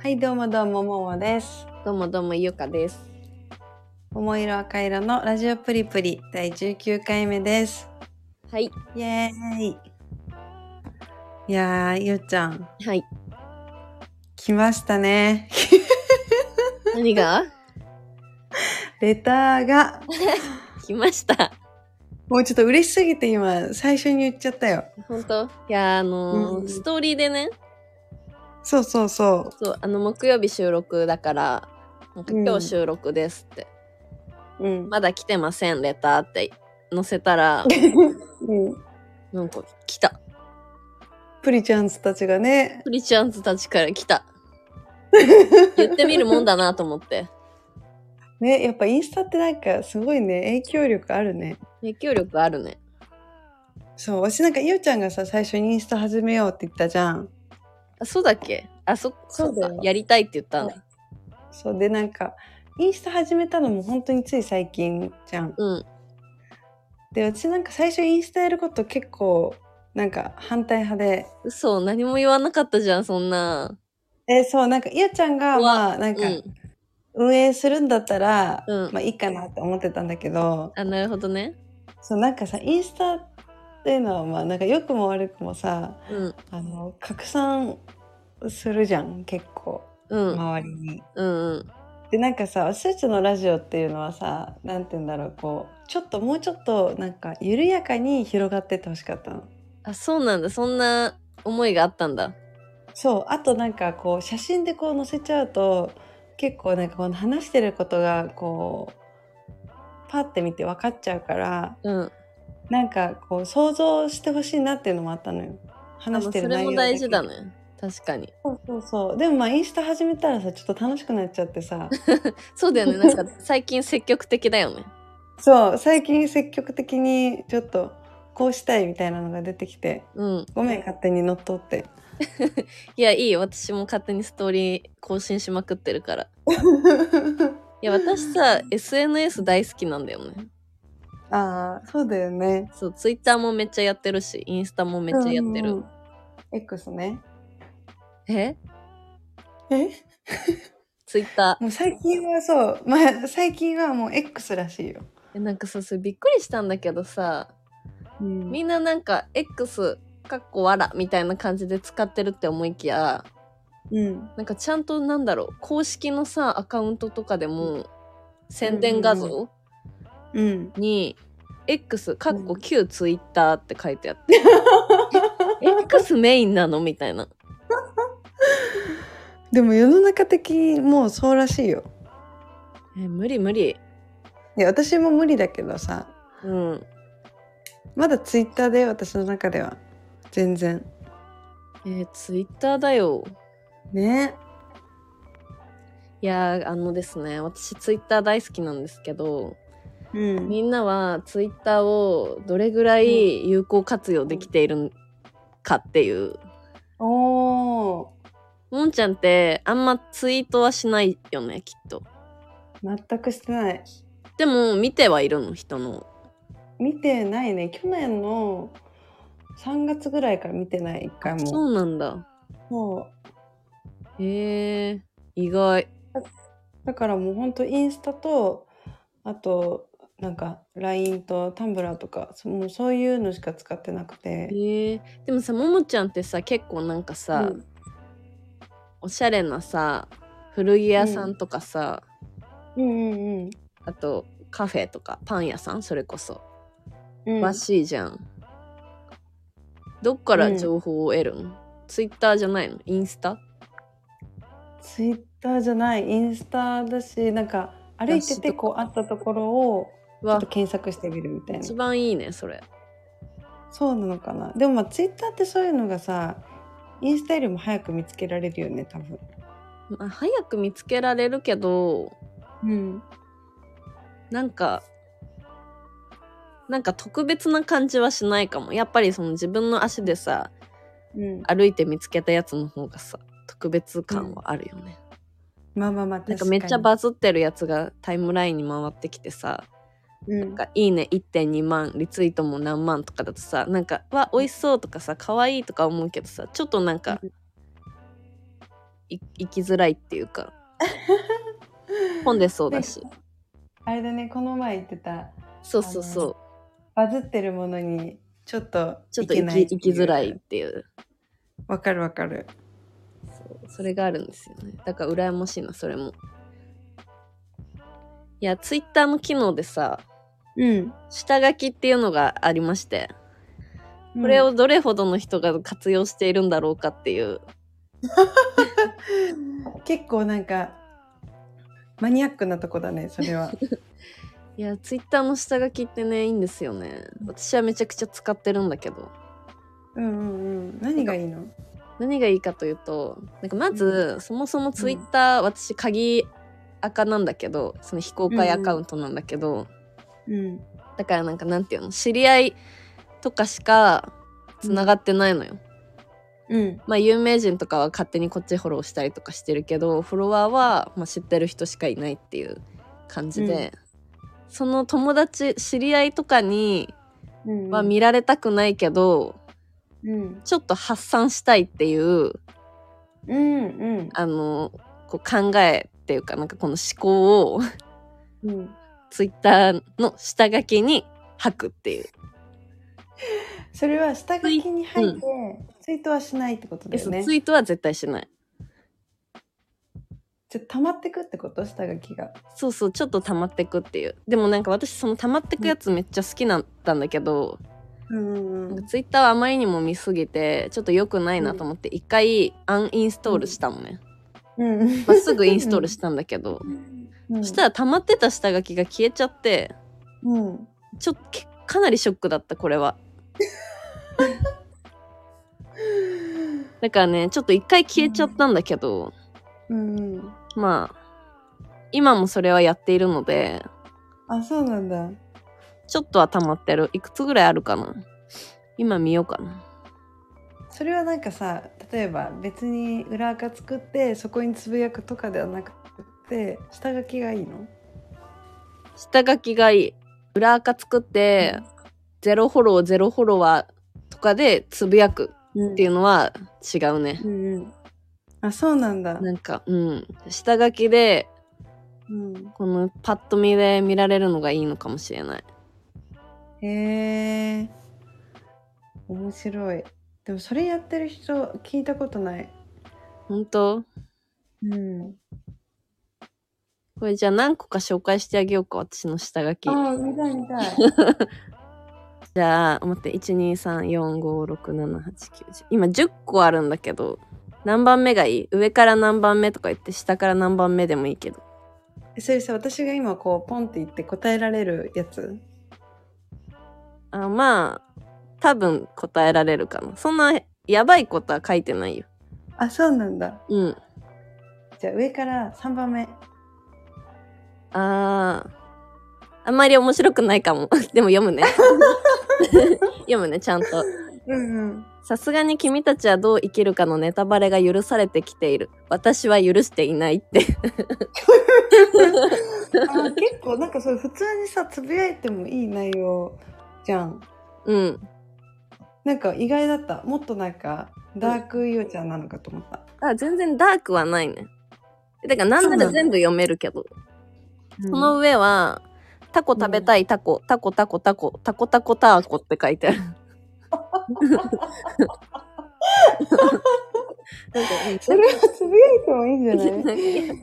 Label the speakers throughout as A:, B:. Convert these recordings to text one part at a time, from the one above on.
A: はい、どうもどうも、ももです。
B: どうもどうもゆかです。
A: 桃色赤色のラジオプリプリ第19回目です。
B: はい
A: イエーイ。いやー、ゆうちゃん、
B: はい。
A: 来ましたね。
B: 何が
A: レターが、
B: 来ました。
A: もうちょっと嬉しすぎて今、最初に言っちゃったよ。
B: 本当いやーあのー
A: うん
B: ストーリーでね、
A: そうそうそ
B: そうあの木曜日収録だからなんか
A: うん
B: 今日収録ですって、
A: う。うん。
B: まだ来てませんレターって載せた ら
A: うん
B: なんか来た。
A: プリちゃんズたちがね、
B: プリチャンズたちから来 た。言ってみるもんだなと思って。
A: ね、やっぱインスタってなんかすごいね、影響力あるね。
B: 影響力あるね。
A: そう、私なんかゆうちゃんがさ、最初にインスタ始めようって言ったじゃん。
B: あそうだっけあそ
A: そうだよ
B: っかやりたいって言ったんだ。
A: そうでなんかインスタ始めたのも本当につい最近じゃん。
B: うん
A: で私なんか最初インスタやること結構なんか反対派で。
B: 嘘何も言わなかったじゃんそんな。
A: えそうなんかゆうちゃんが
B: うわ
A: まあなん
B: う
A: か
B: ん
A: 運営するんだったら、
B: うん
A: まあいいかなって思ってたんだけど
B: あなるほどね。
A: そうなんかさインスタっていうのはまあなんか良くも悪くもさ
B: うん
A: あの拡散するじゃん結構
B: うん。
A: 周りに。
B: うんうん
A: でなんかさ私たちのラジオっていうのはさなんて言うんだろうこうちょっともうちょっとなんか緩やかに広がってってほしかったの。
B: あそうなんだそんな思いがあったんだ
A: そうあとなんかこう写真でこう載せちゃうと結構なんかこの話してることがこうパッて見て分かっちゃうから
B: うん
A: なんかこう想像してほしいなっていうのもあったのよ。
B: あ
A: 話
B: そ
A: してる
B: れ
A: 内
B: も
A: 容
B: 大事だ
A: ね。
B: ね確かに
A: そうそうそうでもまあインスタ始めたらさちょっと楽しくなっちゃってさ
B: そうだよねなんか最近積極的だよね
A: そう最近積極的にちょっとこうしたいみたいなのが出てきて
B: うん
A: ごめん勝手に乗っ取って。
B: いやいいよ私も勝手にストーリー更新しまくってるからいや私さ SNS 大好きなんだよね
A: ああそうだよね。
B: そうツイッターもめっちゃやってるしインスタもめっちゃやって
A: うんう
B: る
A: ん。X ね。
B: え
A: え
B: ツイッタ
A: もう最近はそう、まあ、最近はもう X らしいよ。
B: ーえなんかさそれびっくりしたんだけどさ
A: うん
B: みんななんか X かっこわらみたいな感じで使ってるって思いきや
A: うん、
B: なんかちゃんとなんだろう公式のさアカウントとかでも宣伝画像
A: うん、
B: に X かっこ旧ツイッターって書いてあ って、X メインなのみたいな
A: でも世の中的にもうそうらしいよ。
B: え無理無理
A: いや私も無理だけどさ
B: うん
A: まだ Twitter で私の中では全然
B: えー、ツイッターだよ
A: ね
B: いやーあのですね私ツイッター大好きなんですけど
A: うん
B: みんなはツイッターをどれぐらい有効活用できているかっていう
A: おお
B: もんちゃんってあんまツイートはしないよねきっと
A: 全くしてない
B: でも見てはいるの人の
A: 見てないね去年の3月ぐらいから見てない一回
B: そ
A: も
B: うなんだ
A: そう
B: へえ意外
A: だからもうほんとインスタとあとなんか LINE とタンブラーとかそもうそういうのしか使ってなくて、
B: へえでもさももちゃんってさ結構なんか
A: う
B: さ、
A: ん
B: おしゃれなさ古着屋さんとかさ、
A: うんうん
B: あとカフェとかパン屋さんそれこそ
A: うん
B: らしいじゃん、どっから情報を得るの、ツイッターじゃないのインスタ
A: ツイッターじゃないインスタだしなんか歩いててこうあったところをちょっ
B: は
A: と検索してみるみたい
B: 一
A: な
B: 番いいねそれ
A: そうなのかなでもまあツイッターってそういうのがさインスタよりも早く見つけられるよね多分
B: まあ早く見つけられるけど
A: うん
B: なんかなんか特別な感じはしないかもやっぱりその自分の足でさ
A: うん
B: 歩いて見つけたやつの方がさ特別感はあるよね、
A: まあまあまあ確かに
B: なんかめっちゃバズってるやつがタイムラインに回ってきてさ
A: うん
B: なんかいいね1.2万リツイートも何万とかだとさなんかわ美味しそうとかさ可愛いとか思うけどさちょっとなんか、
A: う
B: い生きづらいってい うか本でそうだし
A: あれだねこの前言ってた
B: そうそうそう
A: バズってるものにちょっと
B: ちょっ
A: い
B: と
A: け
B: 生
A: な
B: き
A: い
B: 生きづらいっていう
A: わかるわかる
B: そうそれがあるんですよねだから羨ましいなそれもいやツイッターの機能でさ
A: うん
B: 下書きっていうのがありましてこれをどれほどの人が活用しているんだろうかっていう
A: 結構なんかマニアックなとこだねそれ は
B: いやツイッターの下書きってねいいんですよね私はめちゃくちゃ使ってるんだけど
A: うんうんうん何がいいの
B: 何がいいかというとなんかまず、そもそもツイッター、私鍵赤なんだけどその非公開アカウントなんだけど、
A: うん
B: だからなんかなんていうの知り合いとかしかつながってないのよ、
A: うん
B: まあ有名人とかは勝手にこっちフォローしたりとかしてるけどフォロワーはまあ知ってる人しかいないっていう感じで、その友達知り合いとかに
A: うん
B: は見られたくないけど、
A: うん
B: ちょっと発散したいっていう
A: うんうん
B: あのこう考えっていうかなんかこの思考を
A: うん
B: ツイッターの下書きに吐くっていう、
A: それは下書きに入ってツイートはしないってことだよね
B: ツイートは絶対しない
A: じゃ溜まってくってこと下書きが
B: そうそうちょっと溜まってくっていうでもなんか私その溜まってくやつめっちゃ好きだったんだけど、
A: うんうんう
B: な
A: ん
B: んかツイッターはあまりにも見すぎてちょっと良くないなと思って一回アンインストールしたのね、
A: うん
B: まあ、すぐインストールしたんだけど、
A: うん
B: そしたら溜まってた下書きが消えちゃって
A: うん
B: ちょっとけかなりショックだったこれはだからねちょっと一回消えちゃったんだけど、
A: うんうん
B: まあ今もそれはやっているので
A: あそうなんだ
B: ちょっとは溜まってるいくつぐらいあるかな今見ようかな
A: それはなんかさ例えば別に裏垢作ってそこにつぶやくとかではなくて下書きがいいの
B: 下書きがいい裏垢作って、ゼロフォローゼロフォロワーとかでつぶやく
A: うん
B: っていうのは違うね
A: う、んうんあそうなんだ、
B: なんかうん下書きで
A: うん、
B: このパッと見で見られるのがいいのかもしれない
A: へえ面白いでもそれやってる人聞いたことない
B: 本当
A: うん
B: これじゃあ何個か紹介してあげようか私の下書き
A: ああ見たい見たい
B: じゃあ待って12345678910今10個あるんだけど何番目がいい上から何番目とか言って下から何番目でもいいけど
A: えそれさ私が今こうポンって言って答えられるやつ
B: あまあ多分答えられるかなそんなやばいことは書いてないよ
A: あそうなんだ
B: うん
A: じゃあ上から3番目
B: あーあんまり面白くないかも でも読むね読むねちゃんと
A: うんうん
B: さすがに君たちはどう生きるかのネタバレが許されてきている私は許していないって
A: あ結構なんかそれ普通にさつぶやいてもいい内容じゃん
B: うん
A: なんか意外だったもっとなんかダークイオちゃんなのかと思った、
B: あ全然ダークはないねだからなんなら全部読めるけど
A: うん
B: その上はタコ食べたいタコ、タコタコタコタコタコタコって書いてある。なんかうん
A: それはつぶやいてもいいんじゃ
B: な
A: ない
B: んかいや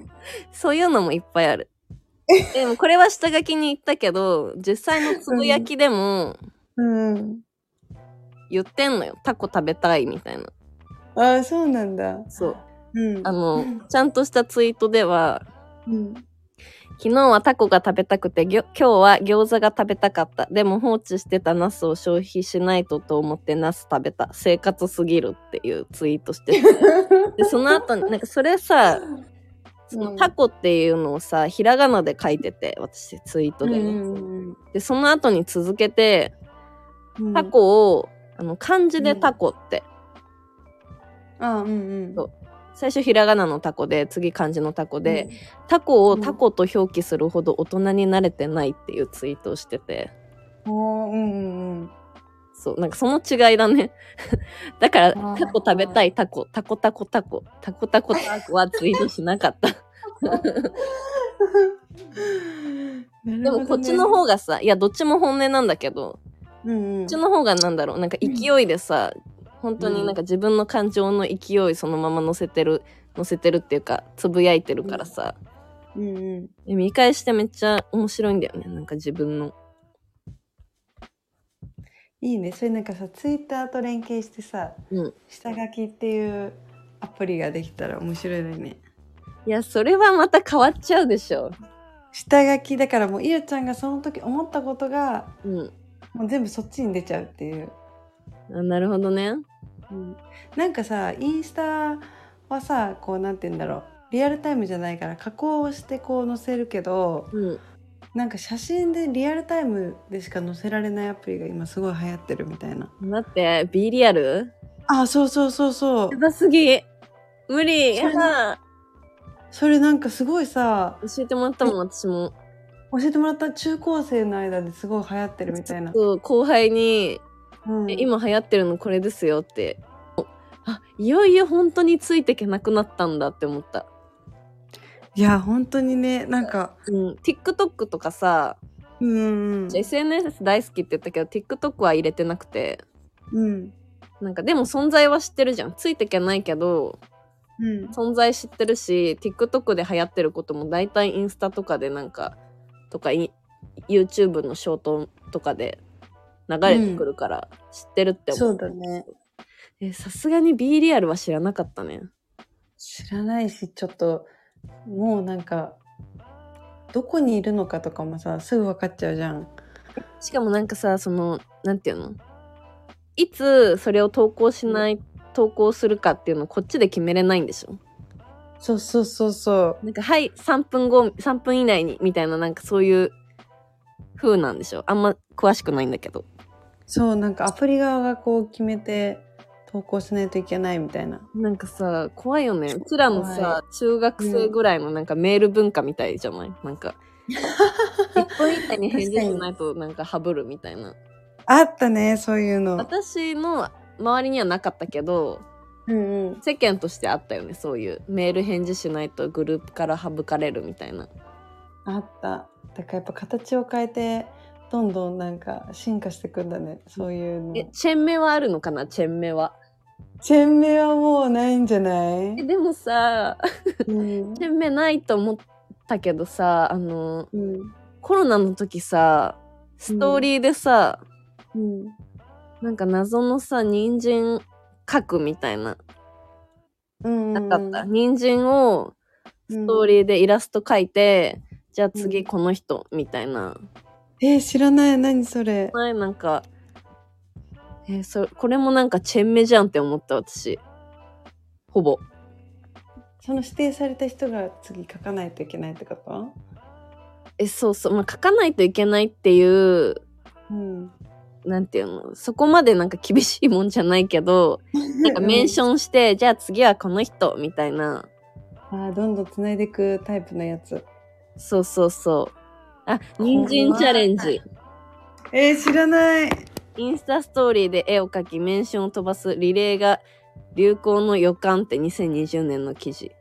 B: そういうのもいっぱいある。でもこれは下書きに言ったけど実際のつぶやきでも
A: うん
B: 言ってんのよ、タコ食べたいみたいな。
A: あーそうなんだ
B: そう
A: うん
B: あのちゃんとしたツイートでは
A: うん
B: 昨日はタコが食べたくてぎょ今日は餃子が食べたかったでも放置してたナスを消費しないとと思ってナス食べた生活すぎるっていうツイートしててでそ の後になんかそれさそのタコっていうのをさひらがなで書いてて私ツイートでね、
A: うん
B: でその後に続けて
A: うん
B: タコをあの漢字でタコって、
A: あーうんうん
B: そう最初ひらがなのタコで次漢字のタコで、タコをタコと表記するほど大人になれてないっていうツイートをしてて。
A: うんおーうんうんうん
B: そう、なんかその違いだね。 だから、
A: あー
B: タコ食べたいタコ、タコタコタコ、タコタコタコはツイートしな かった。でもこっちの方がさ、いや、どっちも本音なんだけど、
A: うん、う
B: こ
A: ん
B: っちの方がなんだろう、なんか勢いでさ、本当になんか自分の感情の勢いそのまま乗せてる、乗せてるっていうか、つぶやいてるからさ、
A: うんうん
B: で見返してめっちゃ面白いんだよね、なんか自分の。
A: いいねそれなんかさツイッターと連携してさ、
B: うん
A: 下書きっていうアプリができたら面白いのにね
B: いや、それはまた変わっちゃうでしょ。
A: 下書きだからもういろちゃんがその時思ったことが
B: うん。
A: もう全部そっちに出ちゃうっていう、
B: あなるほどね。
A: うんなんかさインスタはさこうなんて言うんだろうリアルタイムじゃないから加工してこう載せるけど
B: うん。
A: なんか写真でリアルタイムでしか載せられないアプリが今すごい流行ってるみたいな
B: 待って、B リアル
A: あそうそうそうそう
B: やばすぎ。無理。
A: そう
B: やだ。
A: それなんかすごいさ
B: 教えてもらったもん、私も。
A: 教えてもらった中高生の間ですごい流行ってるみたいな、
B: そう、後輩に、
A: うん
B: え今流行ってるのこれですよって。あ、いよいよ本当についてけなくなったんだって思った。
A: いや本当にねなんか
B: うん。TikTok とかさ、
A: うんうん
B: じゃあ SNS 大好きって言ったけど、TikTok は入れてなくて。
A: うん
B: なんかでも存在は知ってるじゃん。ついてけないけど、
A: うん
B: 存在知ってるし TikTok で流行ってることも大体インスタとかでなんかとかい YouTube のショートとかで流れてくるから知ってるって
A: そ
B: 思
A: う
B: う
A: だね
B: えさすがに B リアルは知らなかったね
A: 知らないしちょっともうなんかどこにいるのかとかもさすぐ分かっちゃうじゃん
B: しかもなんかさそのなんていうのいつそれを投稿しない投稿するかっていうのこっちで決めれないんでしょ
A: そうそうそうそう
B: なんかはい3分後3分以内にみたいななんかそういう風なんでしょあんま詳しくないんだけど
A: そうなんかアプリ側がこう決めて投稿しないといけないみたいな
B: なんかさ、怖いよね。うちらの
A: 怖
B: さ、中学生ぐらいのなんかメール文化みたいじゃない、なん か。1分以内に返事しないとなんかハブるみたいな。
A: あったねそういうの
B: 私の周りにはなかったけど、
A: うんうん
B: 世間としてあったよね、そういう。メール返事しないとグループから省かれるみたいな。
A: あっただからやっぱ形を変えてどんどんなんか進化していくんだねそういうの
B: え、チェンメはあるのかなチェンメは。
A: チェンメはもうないんじゃない
B: え、でもさ、
A: うん
B: チェンメないと思ったけどさ、あの、
A: うん
B: コロナの時さ、ストーリーでさ、
A: うん
B: なんか謎のさ、人参核みたいな、
A: うん
B: なかった。人参を
A: ス
B: ストー
A: ー
B: リーでイラスト描いて、じゃあ次この人、みたいな。
A: えー、知らない何それ
B: 前なんか、えーそこれもなんかチェンメじゃんって思った私。ほぼ。
A: その指定された人が次書かないといけないってこと
B: え、そうそう。まあ、書かないといけないっていう、
A: うん
B: なんていうの、そこまでなんか厳しいもんじゃないけど、なんかメンシ
A: ョン
B: ョンして、じゃあ次はこの人、みたいな。
A: あーどんどん繋いでいくタイプのやつ
B: そうそうそう。あ、人参チャレンジ。
A: えー、知らない
B: インスタストーリーで絵を描き、メンションを飛ばすリレーが流行の予感って2020年の記事。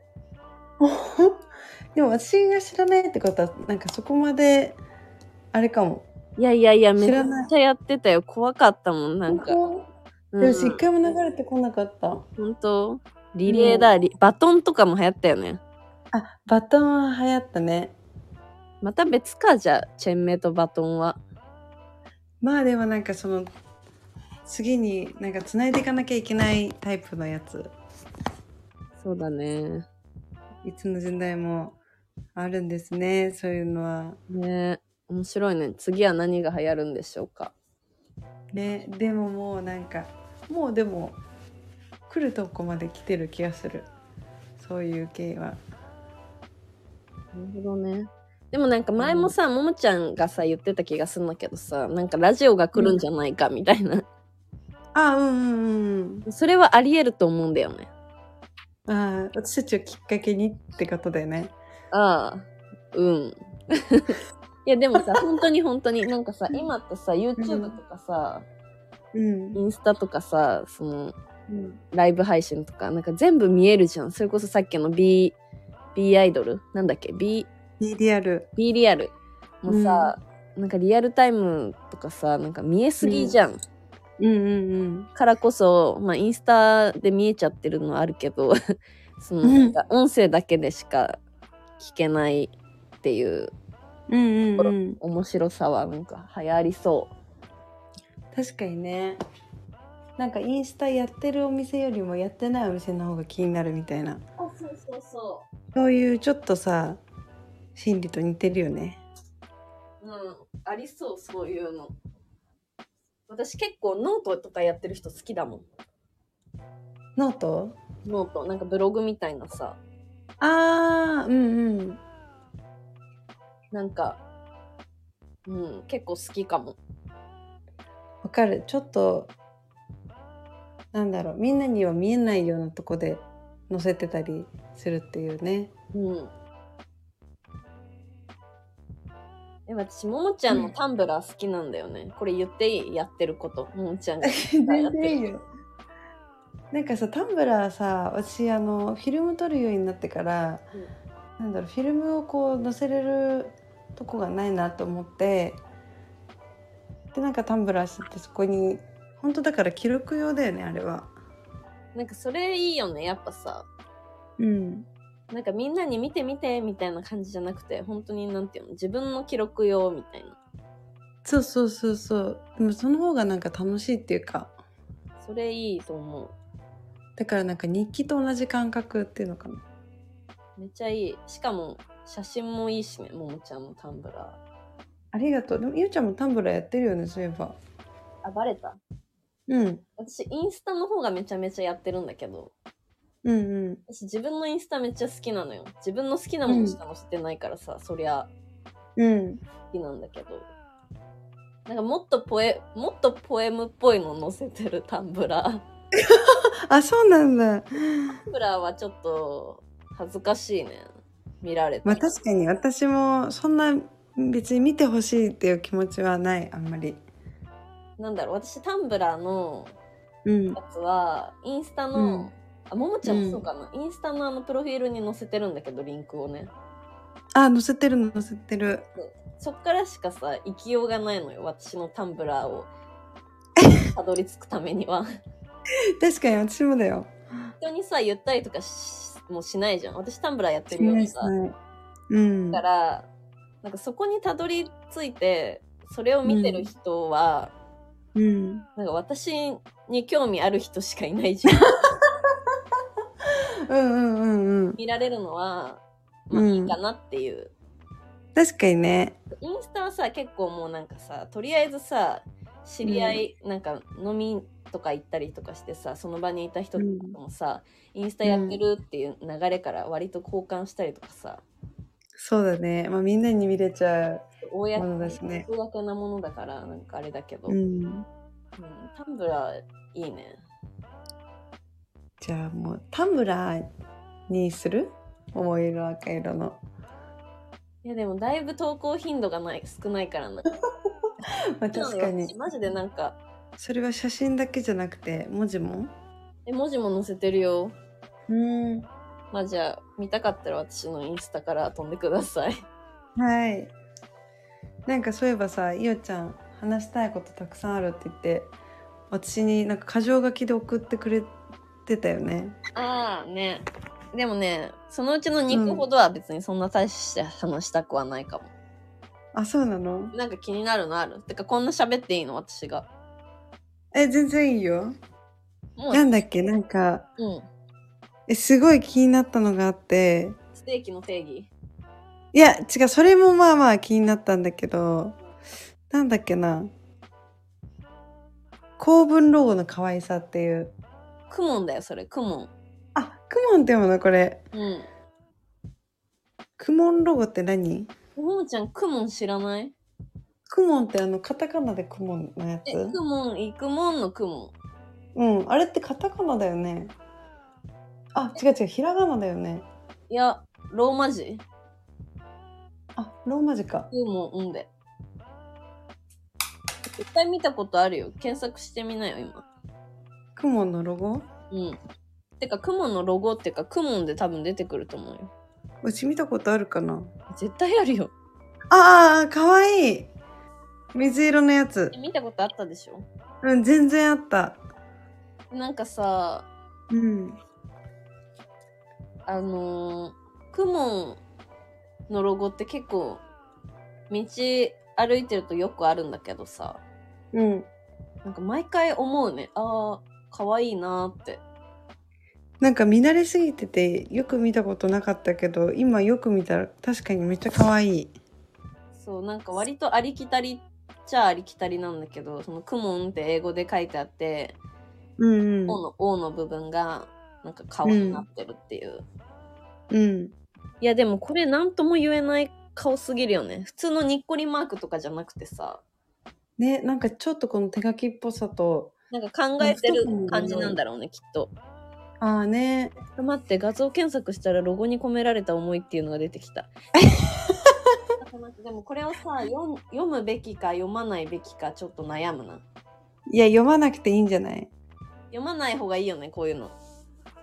A: でも私が知らないってことはなんかそこまであれかも
B: いやいやいや、め
A: 知
B: っ
A: らない
B: ちゃやってたよ。怖かったもん、なんか。うん、
A: でも一回も流れてこなかった。
B: 本当リレーだ、リバトンとかも流行ったよね。
A: あ、バトンは流行ったね。
B: また別か、じゃあ、チェンメイとバトンは。
A: まあでもなんかその次になんか繋いでいかなきゃいけないタイプのやつ。
B: そうだね。
A: いつの時代もあるんですね。そういうのは
B: ね面白いね。次は何が流行るんでしょうか。
A: ね。でももうなんかもうでも来るとこまで来てる気がする。そういう系は。
B: なるほどね。でもなんか前もさ、ももちゃんがさ、言ってた気がするんだけどさ、なんかラジオが来るんじゃないかみたいな。
A: あ、うんうん
B: それはあり得ると思うんだよね。
A: うん。あー、私たちをきっかけにってことだよね。
B: ああ、 うん。いやでもさ、本当に本当に、なんかさ、今ってさ、YouTube とかさ、
A: うん
B: インスタとかさその
A: うん
B: ライブ配信とかなんか全部見えるじゃんそれこそさっきの B, B アイドルなんだっけ B,
A: ねリアル
B: B リアルもさ、なんかリアルタイムとかさなんか見えすぎじゃん、
A: うんうんうん
B: からこそ、まあ、インスタで見えちゃってるのはあるけど そのなんか音声だけでしか聞けないっていう
A: うんうんうん
B: 面白さはなんか流行りそう
A: 確かにねなんかインスタやってるお店よりもやってないお店の方が気になるみたいな
B: あそうそうそ
A: そういうちょっとさ心理と似てるよね
B: ううんありそうそういうの私結構ノートとかやってる人好きだもん
A: ノート
B: ノートなんかブログみたいなさ
A: あーうんうん
B: なんかうん結構好きかも
A: わかるちょっとなんだろうみんなには見えないようなとこで載せてたりするっていうね
B: うんえ私ももちゃんのタンブラー好きなんだよね、これ言っていいやってることももちゃ んが
A: 全然いい よなんかさタンブラーさ私あのフィルム撮るようになってから、なんだろうフィルムをこう載せれるとこがないなと思ってでなんかタンブラーしててそこに本当だから記録用だよねあれは。
B: なんかそれいいよねやっぱさ
A: うん、
B: なんかみんなに見て見てみたいな感じじゃなくて本当になんていうの自分の記録用みたいな
A: そうそうそうそうでもその方がなんか楽しいっていうか
B: それいいと思う
A: だからなんか日記と同じ感覚っていうのかな
B: めっちゃいいしかも写真もいいしねももちゃんのタンブラ
A: ありがとうでもゆうちゃんもタンブラーやってるよねそういえば
B: ーあバレた
A: うん
B: 私インスタの方がめちゃめちゃやってるんだけど
A: うんうん
B: 私自分のインスタめっちゃ好きなのよ自分の好きなものしか載せてないからさ、そりゃ
A: うん
B: 好きなんだけどなんかもっとポエもっとポエムっぽいの載せてるタンブラータ
A: あそうなんだ
B: ンブラーはちょっと恥ずかしいね見られて、
A: まあ確かに私もそんな別に見てほしいっていう気持ちはないあんまり。
B: なんだろう私タンブラーの
A: うん
B: や、つはインスタの、
A: うん
B: あももちゃんもそうかな、インスタのあのプロフィールに載せてるんだけどリンクをね
A: あ載せてるの載せてる。
B: そっからしかさ生きようがないのよ私のタンブラ ーをたどり着くためには
A: 確かに私もだよ。
B: 人にさ言ったりとかしもうしないじゃん私タンブラーやってるようにさ
A: しないうん。
B: だからなんかそこにたどり着いてそれを見てる人は、
A: うん。
B: なんか私に興味ある人しかいないじゃん
A: うんうんうんうん。
B: 見られるのはまあ
A: うん
B: いいかなっていう、
A: 確かにね。
B: インスタはさ結構もうなんかさとりあえずさ知り合い、なんか飲みとか行ったりとかしてさその場にいた人とかもさ、インスタやってるっていう流れから割と交換したりとかさ
A: そうだね。まあみんなに見れちゃう。
B: 公
A: もの
B: に
A: ですね
B: 公なものだからなんかあれだけど、
A: うん。
B: うんタンブラーいいね。
A: じゃあもうタンブラーにする桃色赤色の。
B: いやでもだいぶ投稿頻度がない少ないから
A: ま
B: な。
A: あ確か
B: 私
A: に。
B: マジでなんか、
A: それは写真だけじゃなくて文字も
B: え、文字も載せてるよ。
A: うん。
B: まあじゃあ、見たかったら私のインスタから飛んでください。
A: はい。なんかそういえばさ、いおちゃん話したいことたくさんあるって言って、私になんか箇条書きで送ってくれてたよね。
B: ああ、ね。でもね、そのうちの2個ほどは別にそんな大して話したくはないかも。
A: あ、そうなの？
B: なんか気になるのあるてか、こんな喋っていいの私が。
A: え、全然いいよ。
B: もう、
A: なんだっけ、なんか
B: うん。
A: えすごい気になったのがあって、
B: ステーキの定義。
A: いや違う、それもまあまあ気になったんだけど、なんだっけな。公文ロゴの可愛さっていう。
B: クモンだよ、それ、クモン。
A: あ、クモンって読むのこれ。
B: うん。
A: クモンロゴって何？
B: ももちゃん、クモン知らない
A: クモンってあのカタカナでクモンのや
B: え、
A: つ
B: クモン、イクモンのクモン。
A: うんあれってカタカナだよねあ違う違うひらがなだよね
B: いや、ローマ字
A: あローマ字か
B: クモンで。一回見たことあるよ。検索してみなよ、今。
A: 雲のロゴ
B: うん。てか、クモのロゴっていうか、クモンで多分出てくると思うよ。
A: うち見たことあるかな
B: 絶対あるよ。
A: ああかわいい水色のやつ
B: え見たことあったでしょ
A: うん全然あった
B: なんかさ、
A: うん
B: あのー、クモンのロゴって結構、道歩いてるとよくあるんだけどさ、
A: うん
B: なんか毎回思うね。ああ、かわいいなーって。
A: なんか見慣れすぎててよく見たことなかったけど今よく見たら確かにめっちゃ可愛い
B: そう、なんか割とありきたりっちゃありきたりなんだけど、そのクモンって英語で書いてあって、
A: うん
B: 王
A: うん
B: の王の部分がなんか顔になってるっていう、
A: うん
B: いやでもこれ何とも言えない顔すぎるよね普通のにっこりマークとかじゃなくてさ
A: ねなんかちょっとこの手書きっぽさと
B: なんか考えてる
A: なんか太くも
B: 感じなんだろうねきっと
A: ああね
B: 待って画像検索したらロゴに込められた思いっていうのが出てきた でもこれをさ読む読むべきか読まないべきかちょっと悩むない
A: や読まなくていいんじゃない
B: 読まない方がいいよねこういうの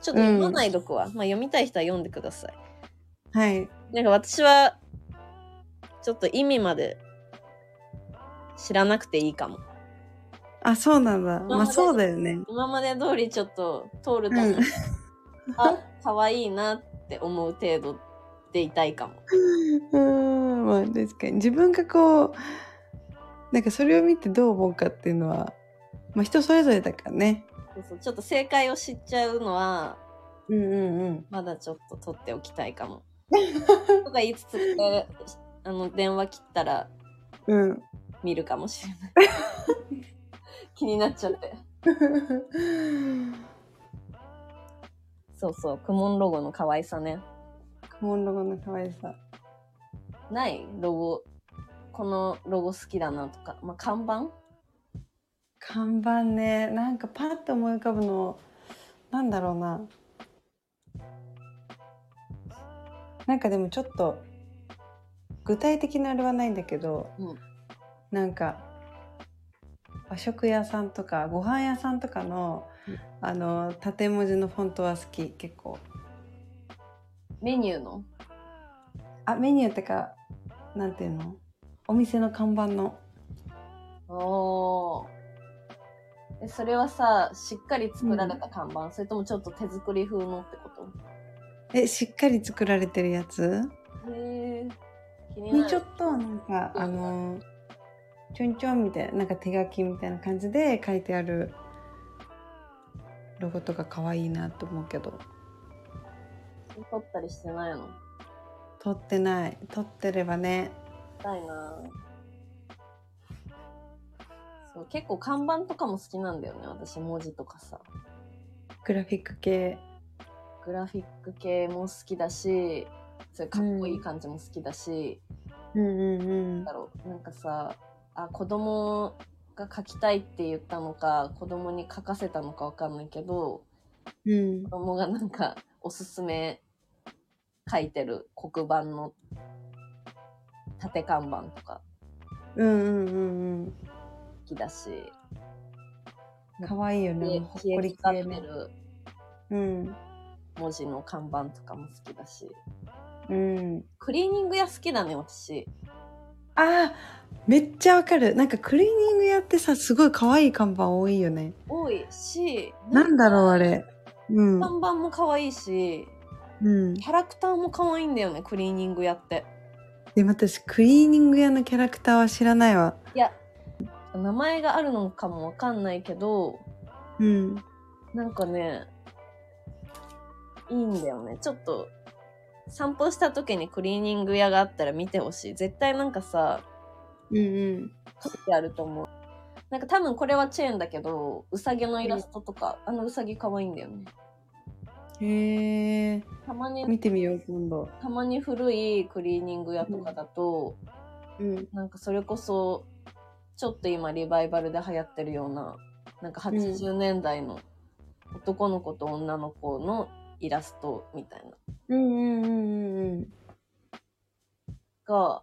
B: ちょっと読まないどこは、まあ読みたい人は読んでください
A: はい
B: なんか私は、ちょっと意味まで知らなくていいかも。
A: あそうなんだま
B: まあ
A: あそうだよね
B: 今まで通りちょっと通るために、
A: うん
B: あ、可愛いなって思う程度でいたいかも。
A: うーんまあ確かに自分がこうなんかそれを見てどう思うかっていうのはまあ人それぞれだからね
B: そうそうちょっと正解を知っちゃうのは、
A: うんうんうん
B: まだちょっと取っておきた いかも。とか言いつつ、あの、電話切ったら
A: うん
B: 見るかもしれない。 気になっちゃって。そうそう、クモンロゴの可愛さね。
A: モンロゴの可愛さ
B: ないロゴこのロゴ好きだなとか、まあ、看板
A: 看板ねなんかパッと思い浮かぶのなんだろうななんかでもちょっと具体的なあれはないんだけど、
B: うん
A: なんか和食屋さんとかご飯屋さんとかの、
B: うん
A: あの縦文字のフォントは好き結構
B: メニューの
A: あメニューってかなんていうのお店の看板の
B: おーえそれはさしっかり作られた看板、それともちょっと手作り風のってこ
A: えしっかり作られてるやつ
B: とへえ気にな
A: に
B: る
A: ちょっとなんか、
B: うん
A: あのちょんちょんみたいななんか手書きみたいな感じで書いてあるロゴとか可愛いなと思うけど
B: 撮ったりしてないの
A: 撮ってない撮ってればね
B: したいなそう結構看板とかも好きなんだよね私文字とかさ
A: グラフィック系
B: グラフィック系も好きだしそれかっこいい感じも好きだし、
A: うんうんうん
B: だろうなんかさあ子供が書きたいって言ったのか子供に書かせたのかわかんないけど
A: うん
B: 子供がなんかおすすめ書いてる黒板の縦看板とか
A: うんうんうんうん
B: 好きだし
A: 可愛いよね
B: で
A: ほっ
B: 消
A: こ
B: え
A: り
B: かか
A: 系
B: って
A: ね
B: る
A: うん
B: 文字の看板とかも好きだし
A: うん
B: クリーニング屋好きだね私
A: あーめっちゃわかるなんかクリーニングやってさすごい可愛い看板多いよね
B: 多いし
A: なんだろうあ
B: れ
A: れうん
B: 看板も可愛いし
A: うん
B: キャラクターも可愛いんだよねクリーニング屋って
A: でも私クリーニング屋のキャラクターは知らないわ
B: いや名前があるのかもわかんないけど
A: うん
B: なんかねいいんだよねちょっと散歩した時にクリーニング屋があったら見てほしい絶対なんかさ
A: うんうん
B: 書いてあると思うなんか多分これはチェーンだけどうさぎのイラストとか、あのうさぎ可愛いんだよね
A: へえ
B: たまに
A: 見てみよう今度
B: たまに古いクリーニング屋とかだと、
A: うん
B: なんかそれこそちょっと今リバイバルで流行ってるようななんか80年代の男の子と女の子のイラストみたいな
A: うんうんうんうん
B: が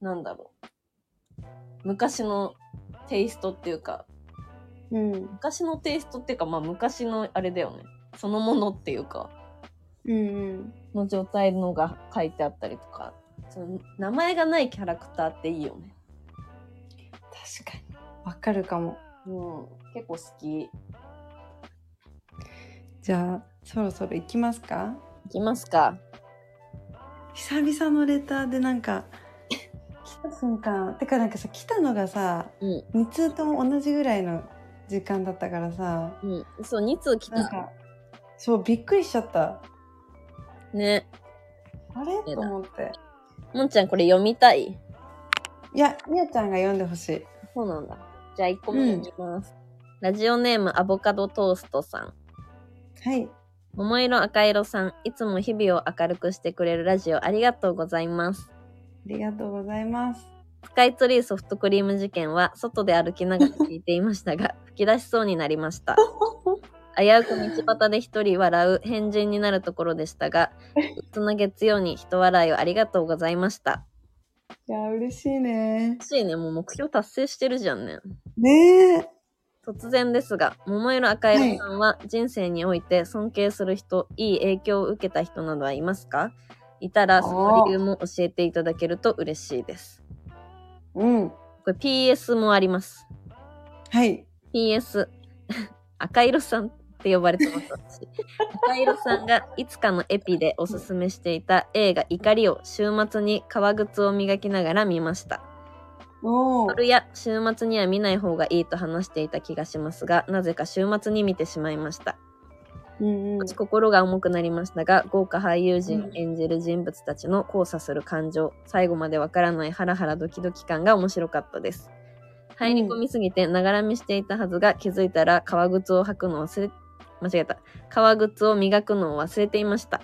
B: なんだろう昔のテイストっていうか、
A: うん
B: 昔のテイストっていうか、まあ昔のあれだよね。そのものっていうか、
A: うん
B: の状態のが書いてあったりとか、その名前がないキャラクターっていいよね。
A: 確かにわかるかも
B: うん。結構好き。い
A: じゃあそろそろ行きますか
B: きますか。
A: 久々のレターでなんか 来た瞬間てかなんかさ来たのがさ
B: うん。
A: 2通とも同じぐらいの時間だったからさ
B: うん。そう、2通来
A: なん
B: た。
A: かそうびっくりしちゃった
B: ね。
A: あれと思って
B: もんちゃんこれ読みたい
A: いやみやちゃんが読んでほしい
B: そうなんだ。じゃあ1個目読みます。ラジオネームアボカドトーストさん。
A: はい
B: 桃色赤色さん、いつも日々を明るくしてくれるラジオありがとうございます。
A: ありがとうございます
B: スカイツリーソフトクリーム事件は外で歩きながら聞いていましたが、 吹き出しそうになりました。危うく道端で一人笑う変人になるところでしたが、その月曜に人笑いをありがとうございました。
A: いや嬉しいね
B: 嬉しいね、もう目標達成してるじゃんね。
A: ねえ
B: 突然ですが、桃色赤色さんは人生において尊敬する人、い、い影響を受けた人などはいますかいたら、その理由も教えていただけると嬉しいです。
A: うん
B: これ PS もあります。
A: はい
B: PS、赤色さんって呼ばれてます、私。赤色さんがいつかのエピでおすすめしていた映画怒りを週末に革靴を磨きながら見ました。
A: おお
B: 夜や週末には見ない方がいいと話していた気がしますが、なぜか週末に見てしまいました。
A: うんうん
B: 少し心が重くなりましたが豪華俳優陣
A: うん
B: 演じる人物たちの交差する感情、最後までわからないハラハラドキドキ感が面白かったです入り込みすぎてながら見していたはずが気づいたら革靴を履くのを忘れ間違えた革靴を磨くのを忘れていました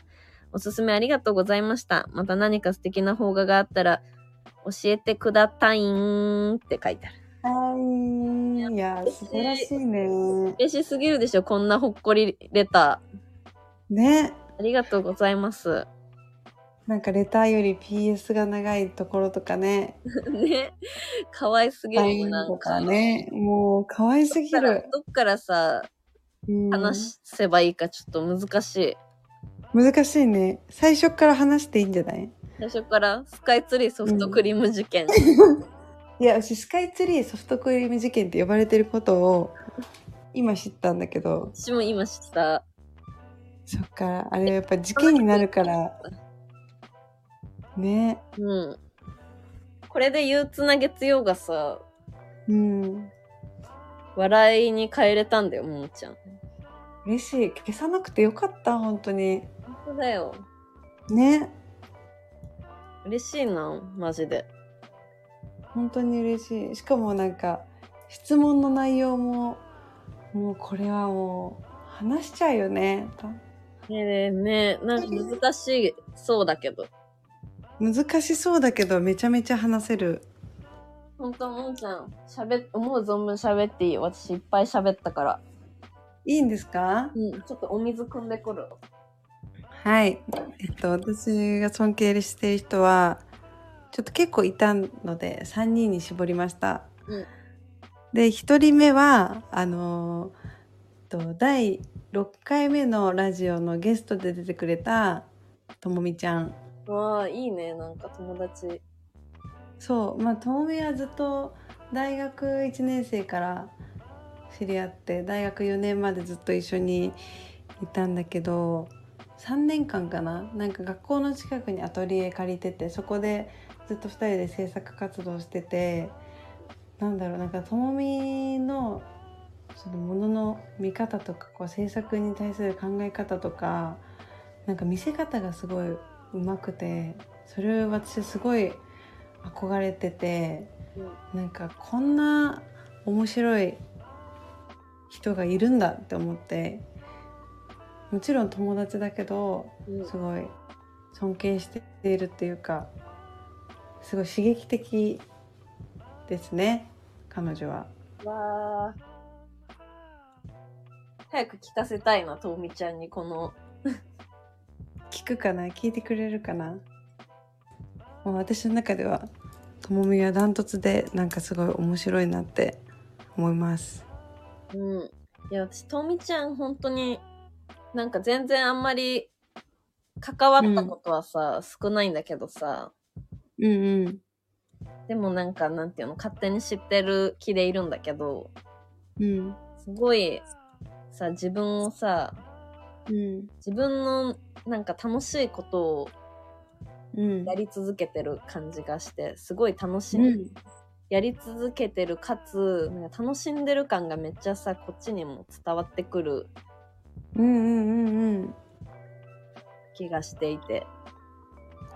B: おすすめありがとうございましたまた何か素敵な邦画があったら教えてくだたいんって書いてある
A: はいいや素晴らしいね
B: 嬉しすぎるでしょこんなほっこりレタ
A: ね
B: ーありがとうございます
A: なんかレターより PS が長いところとかね。
B: ね、可愛すぎ
A: ラ
B: る
A: イ
B: もん
A: ン
B: なん
A: と
B: か。
A: かね。もう可愛すぎ
B: どっから
A: る。
B: どっからさ、
A: うん
B: 話せばいいかちょっと難しい。
A: 難しいね。最初から話していいんじゃない
B: 最初からスカイツリーソフトクリーム事件。
A: いや、私スカイツリーソフトクリーム事件って呼ばれてることを今知ったんだけど、
B: 私も今知った。
A: そっから、あれやっぱ事件になるから。ね。
B: うん。これで憂鬱な月曜がさ、
A: うん。
B: 笑いに変えれたんだよ、ももちゃん。
A: 嬉しい。消さなくてよかった、本当に。
B: 本当だよ。
A: ね。
B: 嬉しいな、マジで。
A: 本当に嬉しいしかもなんか質問の内容ももうこれはもう話しちゃうよねと
B: ねえねえ、なんか難しいそうだけど。
A: 難しそうだけどめちゃめちゃ話せる
B: 本当ももちゃん、喋っ、思う存分喋っていいよ。私いっぱい喋ったから。
A: いいんですか
B: うん、ちょっとお水汲んでくる。
A: はいえっと私が尊敬してる人はちょっと結構いたので3人に絞りました、
B: うん
A: で1人目はあのえっと第6回目のラジオのゲストで出てくれたともみちゃん
B: わあ、いいね、なんか友達。
A: そうまあともみはずっと大学1年生から知り合って大学4年までずっと一緒にいたんだけど3年間かななんか学校の近くにアトリエ借りててそこでずっと2人で制作活動しててなんだろうなんかともみのそのものの見方とかこう制作に対する考え方とかなんか見せ方がすごい上手くてそれ私すごい憧れてて、なんかこんな面白い人がいるんだって思ってもちろん友達だけど
B: うん
A: すごい尊敬しているっていうかすごい刺激的ですね彼女は。
B: わあ。早く聞かせたいな、とうみちゃんにこの。
A: 聞くかな聞いてくれるかなもう私の中ではともみはダントツでなんかすごい面白いなって思います。
B: うん。いや、私、とみちゃん、本当に、なんか全然あんまり、関わったことはさ、少ないんだけどさ、
A: うんうん。
B: でもなんか、なんていうの、勝手に知ってる気でいるんだけど、
A: うん。
B: すごい、さ、自分をさ、
A: うん。
B: 自分の、なんか楽しいことを
A: うん
B: や。り続けてる感じがして、すごい楽し、
A: うんん。
B: やり続けてるかつ、なんか楽しんでる感がめっちゃさ、こっちにも伝わってくる
A: うんうんうんうん。
B: 気がしていて。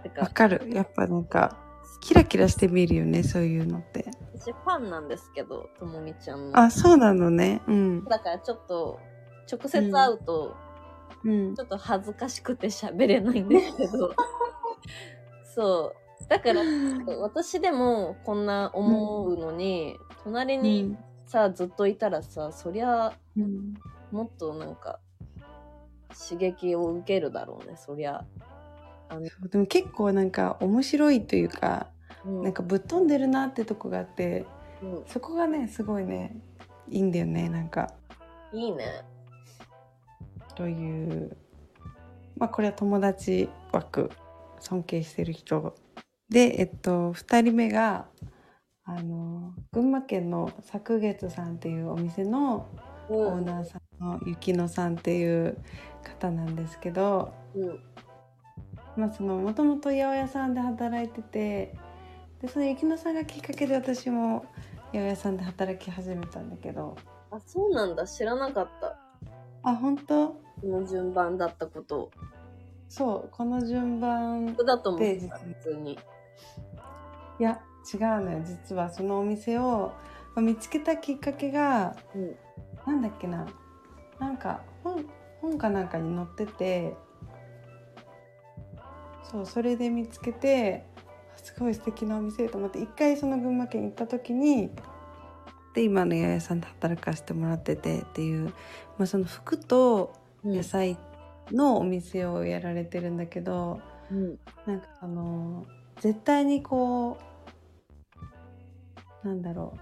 B: て
A: わ
B: か、
A: かる。やっぱなんか、キラキラして見えるよね、そういうのって。
B: 私ファンなんですけど、ともみちゃんの。
A: あ、そうなのね。うん。
B: だからちょっと、直接会うと、
A: うん
B: ち。ょっと恥ずかしくて喋れないんですけ ど。そう。だから、私でもこんな思うのに、隣にさ、ずっといたらさ、そりゃ、
A: うん。
B: もっとなんか、刺激を受けるだろうね、そりゃ。
A: でも結構なんか面白いというか、
B: うん
A: なんかぶっ飛んでるなってとこがあって、
B: うん
A: そこがね、すごいね、いいんだよね、なんか。
B: いいね。
A: という、まあこれは友達枠、尊敬してる人。で、えっと、2人目が、あの、群馬県の昨月さんっていうお店の
B: お
A: オーナーさんの雪乃さんっていう方なんですけど、
B: うん。
A: まあ、そのもともと八百屋さんで働いててでその雪乃さんがきっかけで私も八百屋さんで働き始めたんだけど
B: あ、そうなんだ。知らなかった。
A: あ本当
B: この順番だったことを。
A: そうこの順番
B: 僕だと思ってた、
A: で実
B: 普通に。
A: いや違うのよ実はそのお店をまあ見つけたきっかけが
B: うん。
A: なんだっけななんか本本かなんかに載っててそうそれで見つけてあすごい素敵なお店と思って一回その群馬県行った時にで今の八重屋さんで働かせてもらっててっていう、まあ、その服と
B: う
A: 野
B: ん。
A: 菜のお店をやられてるんだけど、
B: うん。
A: なんかあの絶対にこうなんだろう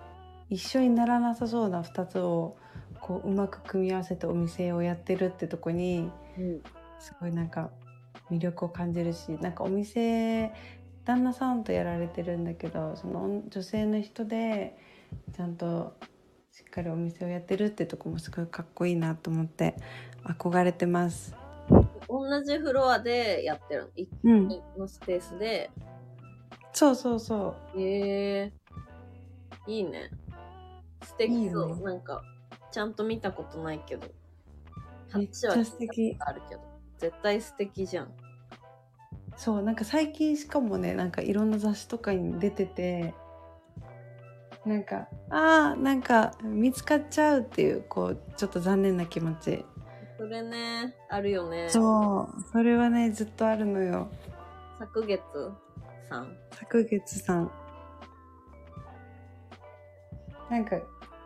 A: 一緒にならなさそうな2つをこううまく組み合わせてお店をやってるってとこに
B: うん。
A: すごいなんか魅力を感じるしなんかお店旦那さんとやられてるんだけどその女性の人でちゃんとしっかりお店をやってるってとこもすごいかっこいいなと思って憧れてます。
B: 同じフロアでやってるの。一
A: うん、
B: 階のスペースで。
A: そうそうそう
B: へえー。いいね。素敵そ
A: い
B: う。
A: いよね
B: なんか、ちゃんと見たことないけど。
A: めっちゃ素敵
B: 話は聞いたことあるけど。絶対素敵じゃん。
A: そうなんか最近しかもねなんかいろんな雑誌とかに出ててなんかあーなんか見つかっちゃうっていうこうちょっと残念な気持ち
B: それね、あるよね。
A: そうそれはねずっとあるのよ
B: 昨月さん。
A: 昨月さんなんか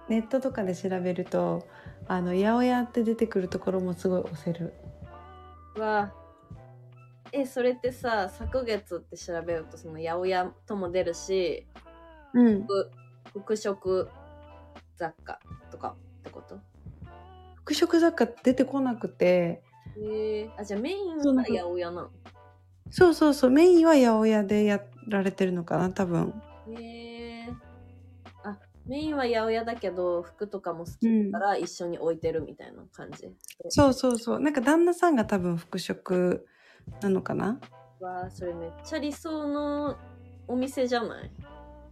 A: ネットとかで調べるとあの八百屋って出てくるところもすごい押せる
B: はえそれってさ昨月って調べるとその八百屋とも出るし
A: うん
B: 服飾雑貨とかってこと
A: 服飾雑貨出てこなくて
B: へえあじゃあメイン
A: そうな
B: は
A: んか
B: 八百屋な
A: そうそうそうメインは八百屋でやられてるのかな多分
B: のへえあメインは八百屋だけど服とかも好きだから一緒に置いてるみたいな感じ、
A: そうそうそうなんか旦那さんが多分服飾なのかな
B: わあそれめっちゃ理想のお店じゃない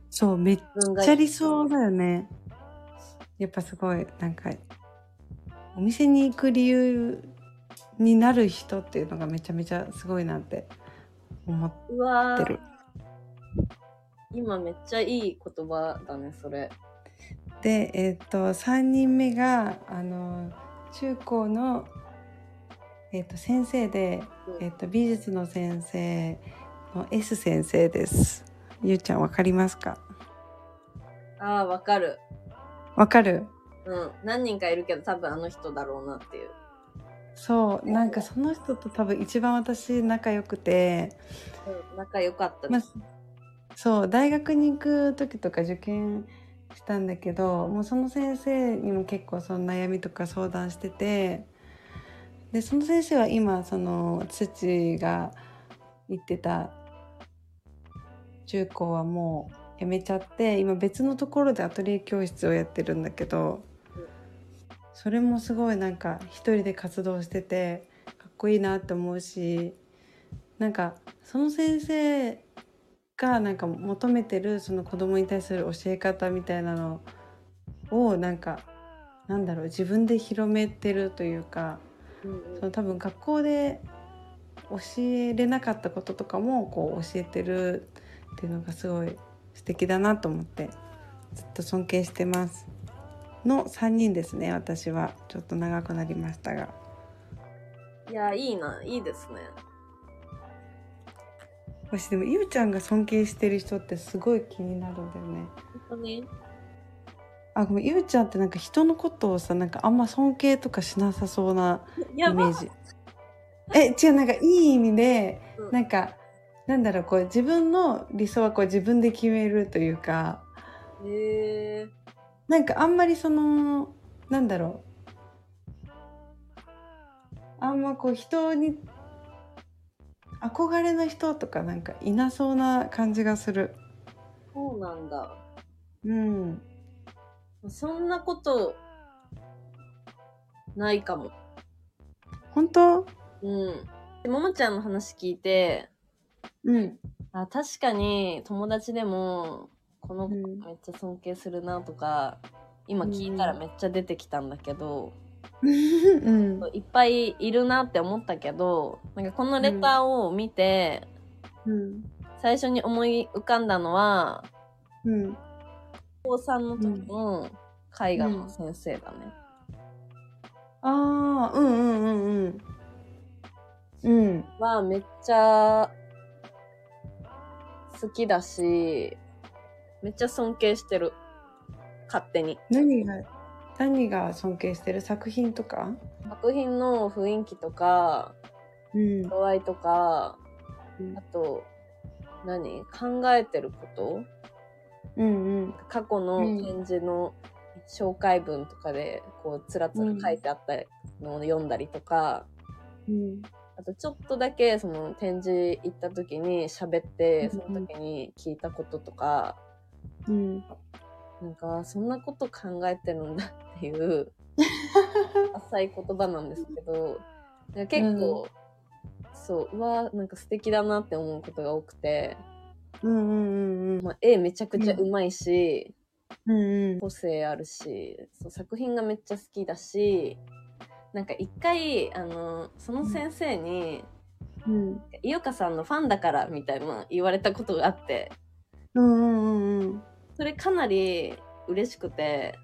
A: そうめっ
B: 自分が
A: ちゃ理想だよねやっぱすごいなんかお店に行く理由になる人っていうのがめちゃめちゃすごいなって思っ
B: うわ
A: て
B: ー
A: る
B: 今めっちゃいい言葉だねそれ
A: でえっと3人目があの中高の、えっと先生で、えっと美術の先生の S 先生ですゆうちゃんわかりますか
B: ああわかる
A: わかる
B: うん、何人かいるけど多分あの人だろうなっていう。
A: そうなんかその人と多分一番私仲良くて、
B: 仲良かった
A: ま
B: で
A: あ
B: す。、
A: そう大学に行く時とか受験したんだけどもうその先生にも結構その悩みとか相談しててでその先生は今その私たちが行ってた中高はもうやめちゃって今別のところでアトリエ教室をやってるんだけどそれもすごいなんか一人で活動しててかっこいいなって思うしなんかその先生がなんか求めてるその子供に対する教え方みたいなのをなんかなんだろう自分で広めてるというかその多分学校で教えれなかったこととかもこう教えてるっていうのがすごい素敵だなと思ってずっと尊敬してますの3人ですね私はちょっと長くなりましたが
B: いや、いいな、いいですね。
A: 私でもゆうちゃんが尊敬してる人ってすごい気になるんだよね
B: 本当に
A: あごめんゆうちゃんってなんか人のことをさなんかあんま尊敬とかしなさそうないイ
B: や、
A: メ
B: ま
A: ージえ違うなんかいい意味で
B: うん
A: なんかなんだろうこう自分の理想はこう自分で決めるというか
B: へえ
A: なんかあんまりそのなんだろうあんまこう人に憧れの人とかなんかいなそうな感じがする。
B: そうなんだ。
A: うん、
B: そんなこと、ないかも。
A: 本当
B: うん。でももちゃんの話聞いて、
A: うん、
B: あ確かに友達でも、この子
A: うん
B: めっちゃ尊敬するなとか、今聞いたらめっちゃ出てきたんだけど、
A: うん、
B: いっぱいいるなって思ったけど、なんかこのレターを見て、
A: うん、
B: 最初に思い浮かんだのは、
A: うん、
B: 高3の時の絵画の先生だね。
A: ああ、うん、うん、うん、うん、うん、
B: はめっちゃ好きだし、めっちゃ尊敬してる。勝手に。
A: 何が、何が尊敬してる作品とか。
B: 作品の雰囲気とか、
A: うん、
B: 度合いとか
A: う、ん
B: あと、何考えてること
A: うん、うん、
B: 過去の展示の紹介文とかで、こう、つらつら書いてあったのを読んだりとか、
A: うん、
B: あとちょっとだけその展示行った時に喋ってそ
A: うんうん
B: の時に聞いたこととか、
A: うん、
B: なんかそんなこと考えてるんだっていう 浅い言葉なんですけどなんか結構、そううわなんか素敵だなって思うことが多くて、
A: うん、うん、うん、
B: まあ、絵めちゃくちゃうまいし、
A: うん、うん。
B: 個性あるしそう作品がめっちゃ好きだしなんか一回あのその先生に、
A: うん
B: 井岡さんのファンだからみたいな言われたことがあって
A: うんうん
B: それかなり嬉しくて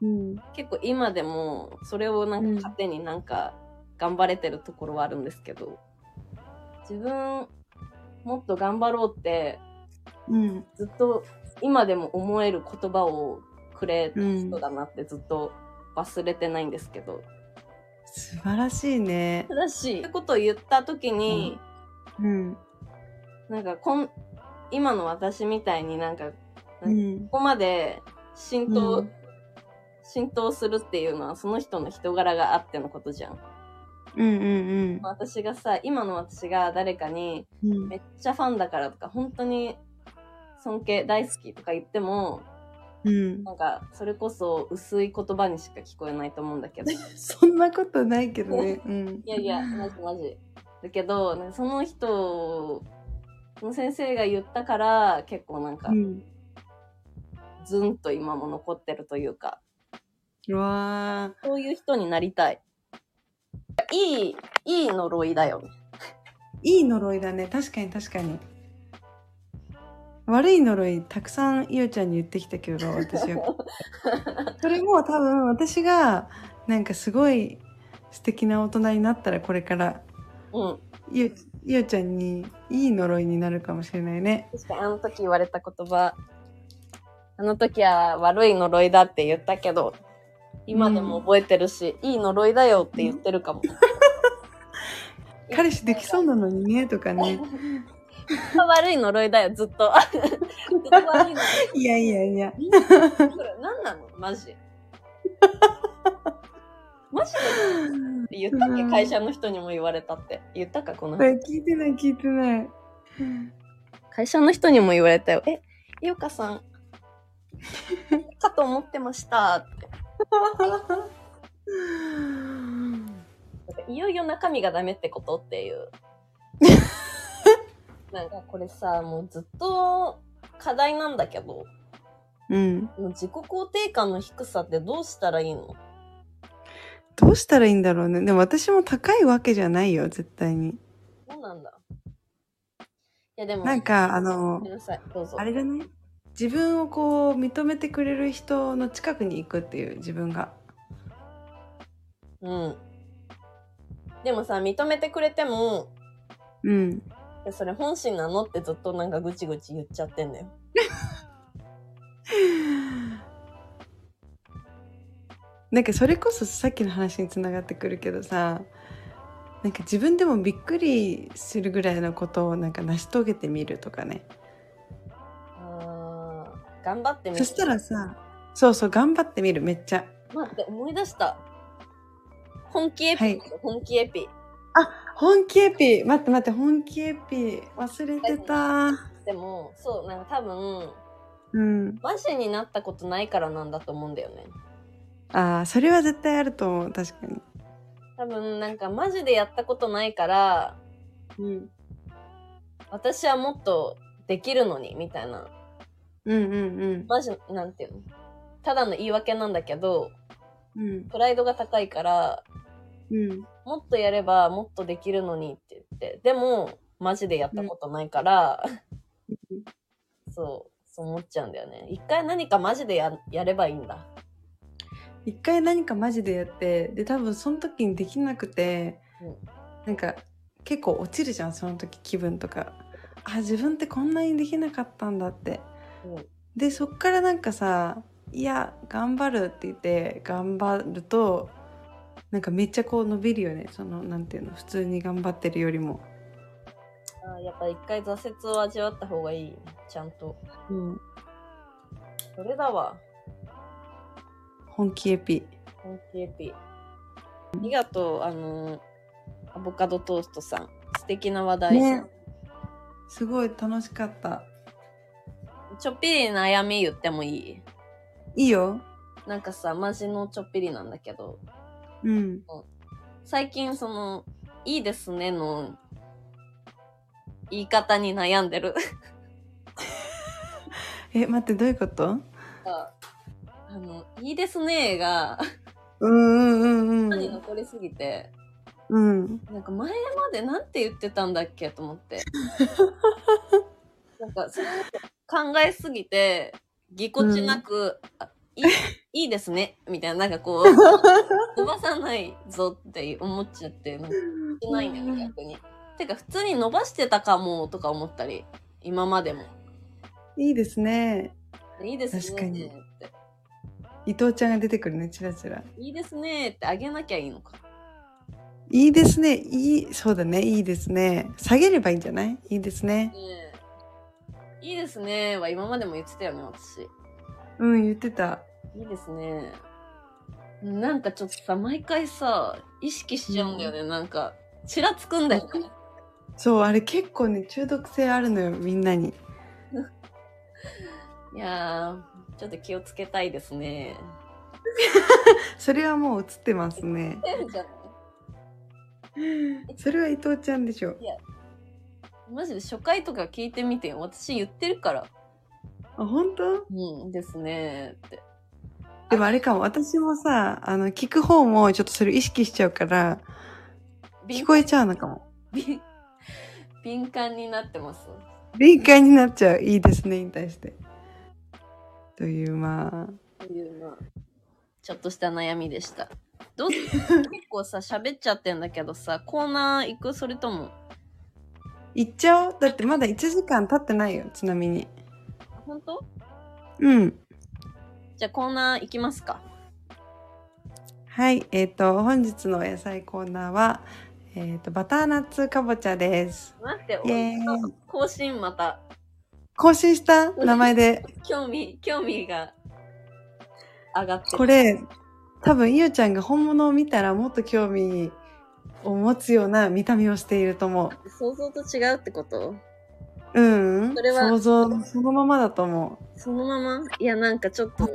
A: うん
B: 結構今でもそれをなん
A: う
B: か
A: ん
B: 糧になんか頑張れてるところはあるんですけど、自分もっと頑張ろうって
A: うん
B: ずっと今でも思える言葉をくれた人だなってずっと忘れてないんですけど、
A: 素晴らしいね。
B: ただしそういうことを言った時に、
A: うん
B: なんかこん今の私みたいになんか
A: うん
B: ここまで浸透、
A: うん
B: 浸透するっていうのはその人の人柄があってのことじゃん。
A: うんうん
B: 私がさ、今の私が誰かに
A: うん
B: めっちゃファンだからとか、本当に尊敬大好きとか言っても、
A: うん
B: なんかそれこそ薄い言葉にしか聞こえないと思うんだけど。い
A: そんなことないけどね。うん
B: やいや、マジマジ。だけど、なんかその人、その先生が言ったから結構なんか
A: う、ん
B: ズンと今も残ってるというか、
A: うわ
B: そういう人になりたい。いい、いい呪いだよね。
A: ーいい呪いだね。確かに確かに。悪い呪いたくさんゆうちゃんに言ってきたけど私はそれも多分私がなんかすごい素敵な大人になったらこれから
B: うん。
A: ゆうゆうちゃんにいい呪いになるかもしれないね。
B: 確かにあの時言われた言葉、あの時は悪い呪いだって言ったけど、今でも覚えてるし、いい呪いだよって言ってるかも。
A: 彼氏できそうなのにねとかね。
B: 悪い呪いだよ、ずっと。 格好悪いの。
A: いやいやいや。
B: みんなこれ何なのマジ。マジでって言ったっけ
A: うん
B: 会社の人にも言われたって。言ったかこの
A: これ聞いてない聞いてない。
B: 会社の人にも言われたよ。え、ゆうかさん、かと思ってましたって。いよいよ中身がダメってことって いう。なんかこれさ、もうずっと課題なんだけど、
A: うん。
B: もう自己肯定感の低さってどうしたらいいの
A: どうしたらいいんだろうね。でも私も高いわけじゃないよ、絶対に。
B: そうなんだ。いやでも、
A: なんか、あの
B: ごめ、んなさい、どうぞ。
A: あれじゃない自分をこう認めてくれる人の近くに行くっていう自分が。
B: うん。でもさ、認めてくれても、
A: うん。
B: いやそれ本心なのってずっとなんかぐちぐち言っちゃってんだよ。
A: なんかそれこそさっきの話につながってくるけどさなんか自分でもびっくりするぐらいのことをなんか成し遂げてみるとかね
B: あー頑張ってみ
A: そしたらさそうそう頑張ってみるめっちゃ
B: 待って思い出した本気エピ、
A: はい
B: 本気エピ
A: 本気エピ待って待って本気エピ忘れてた
B: でもそうなんか多分
A: うん
B: マジになったことないからなんだと思うんだよね
A: ああそれは絶対あると思う確かに
B: 多分なんかマジでやったことないから
A: うん
B: 私はもっとできるのにみたいな
A: うんうん
B: マジなんていうのただの言い訳なんだけど
A: うんうん
B: プライドが高いから
A: うん
B: もっとやればもっとできるのにって言ってでもマジでやったことないから、
A: うん
B: そうそう思っちゃうんだよね一回何かマジでややればいいんだ
A: 一回何かマジでやってで多分その時にできなくて、
B: うん
A: なんか結構落ちるじゃんその時気分とかあ自分ってこんなにできなかったんだって
B: うん
A: でそっからなんかさ「いや頑張る」って言って頑張るとなんかめっちゃこう伸びるよねそのなんていうの普通に頑張ってるよりも、
B: あーやっぱ一回挫折を味わった方がいいちゃんと
A: うん、
B: それだわ
A: 本気エピ
B: 本気エピありがとうあのーアボカドトーストさん素敵な話題、
A: ねすごい楽しかった
B: ちょっぴり悩み言ってもいい
A: いいよ
B: なんかさマジのちょっぴりなんだけど
A: うん
B: 最近その「いいですね」の言い方に悩んでる
A: え待ってどういうこと
B: あの「いいですね」が
A: うんうんうんう
B: 何
A: ん
B: 残りすぎて、
A: うん
B: なんか前までなんて言ってたんだっけと思って なんかそれ考えすぎてぎこちなく、あいいいいですねみたいななんかこ う伸ばさないぞって思っちゃってなんかしないんだよね逆に。てか普通に伸ばしてたかもとか思ったり今までも。
A: いいですね。
B: いいですね
A: 確かに
B: って。
A: 伊藤ちゃんが出てくるね、チラチラ。
B: いいですねってあげなきゃいいのか。
A: いいですね。いい、そうだね。いいですね。下げればいいんじゃないいいですね
B: ね。えいいですねは今までも言ってたよね、私。
A: うん、言ってた。
B: いいですね。なんかちょっとさ、毎回さ、意識しちゃうんだよね、なんか。ちらつくんだよね。
A: そう、あれ結構ね、中毒性あるのよ、みんなに。
B: いやー、ちょっと気をつけたいです ね。
A: それはもう映ってますね。
B: えじゃない
A: それは伊藤ちゃんでしょ。
B: マジで初回とか聞いてみてよ。私言ってるから。
A: あ、本当
B: うん、ですねって。
A: でもあれかも、私もさ、あの、聞く方もちょっとそれ意識しちゃうから、聞こえちゃうのかも。
B: 敏 敏感になってます。
A: 敏感になっちゃう。いいですね、に対して。という、まあ。
B: というまあちょっとした悩みでした。 どう結構さ喋っちゃってんだけどさコーナー行くそれとも
A: 行っちゃおうだってまだ1時間経ってないよちなみに
B: 本当
A: うん
B: じゃあコーナー行きますか。
A: はいえっ、と本日のお野菜コーナーはえっ、とバターナッツかぼちゃです
B: 待って
A: イエーイ
B: お更新また。
A: 更新した名前 で。
B: 興味、興味が上がってる
A: これ、多分、ゆうちゃんが本物を見たらもっと興味を持つような見た目をしていると思
B: 想像と違うってこと
A: う。うん。
B: それは
A: 想像のそのままだと思う。
B: そのままいや、なんかちょっと、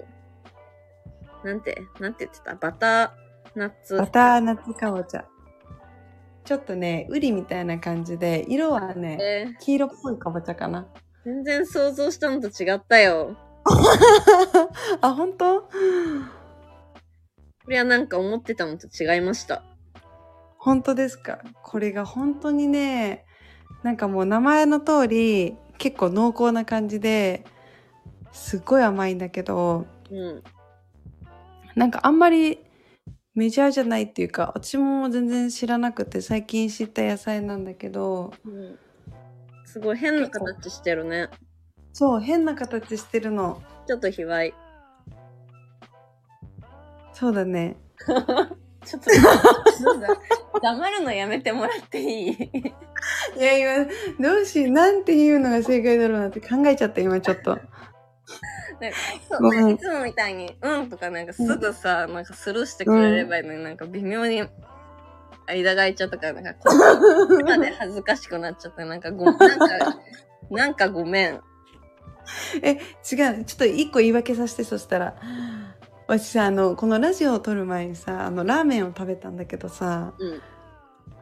B: なんて、なんて言ってたバターナッツ。
A: バターナッツかぼちゃ。ちょっとね、ウリみたいな感じで、色はね、
B: えー
A: 黄色っぽいかぼちゃかな。
B: 全然想像したのと違ったよ。
A: あ、本当
B: これはなんか思ってたのと違いました。
A: 本当ですか。これが本当にね、なんかもう名前の通り、結構濃厚な感じで、すっごい甘いんだけど、
B: うん。
A: なんかあんまりメジャーじゃないっていうか、私も全然知らなくて、最近知った野菜なんだけど、
B: うん、すごい変な形してるね。
A: そう、変な形してるの。
B: ちょっと卑猥。
A: そうだね。
B: ちょっと、なんだ、黙るのやめてもらってい い
A: いや、今、どうしよう、なんていうのが正解だろうなって考えちゃった、今ちょっと。
B: そう
A: う
B: ね、
A: ん
B: いつもみたいに、うんとかなんかすぐさ、なんかスルーしてくれればいいのに、なんか微妙に、間が空いちゃったから、なんか、ここまで恥ずかしくなっちゃった。なんかご、なんか、 なんかごめん。
A: 違う、ちょっと一個言い訳させて、そしたら。私さ、あの、このラジオを撮る前にさ、あの、ラーメンを食べたんだけどさ、
B: うん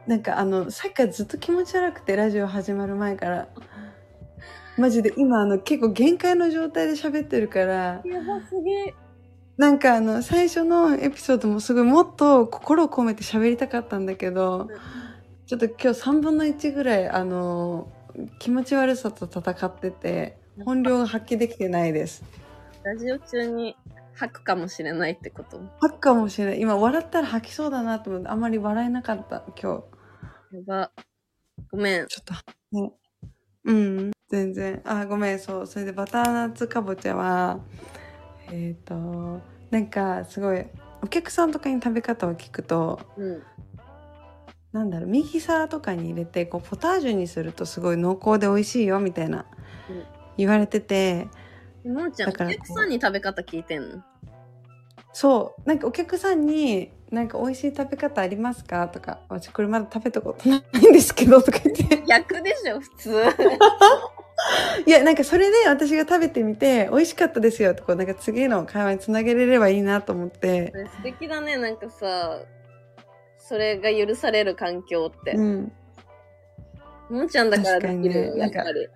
A: なんかあの、さっきからずっと気持ち悪くて、ラジオ始まる前から。マジで今、あの、結構限界の状態で喋ってるから、
B: やばすぎ。
A: なんかあの、最初のエピソードもすごいもっと心を込めて喋りたかったんだけど、ちょっと今日3分の1ぐらい、あの、気持ち悪さと戦ってて、本領が発揮できてないです。
B: ラジオ中に吐くかもしれないってこと。
A: 吐くかもしれない。今笑ったら吐きそうだなと思って、あんまり笑えなかった、今日。
B: やば。ごめん。
A: ちょっと、ね、うん、全然。あ、ごめん、そう。それでバターナッツかぼちゃは、えっ、と、なんかすごい、お客さんとかに食べ方を聞くと、
B: うん。
A: なんだろうミキサーとかに入れてこうポタージュにするとすごい濃厚で美味しいよみたいな
B: うん
A: 言われてて
B: ももちゃん、お
A: だから
B: 客さんに食べ方聞いてんの
A: そうなんかお客さんに「なんか美味しい食べ方ありますか?」とか「私これまだ食べたことないんですけど」とか言って
B: 逆でしょ、普通。
A: いやなんかそれで私が食べてみて「美味しかったですよ」とかなんか次の会話につなげれればいいなと思って
B: そ。れ素敵だね、なんかさ、それが許される環境って。
A: うん、
B: ももちゃんだからでき
A: 確
B: る、
A: かにね
B: やっぱり。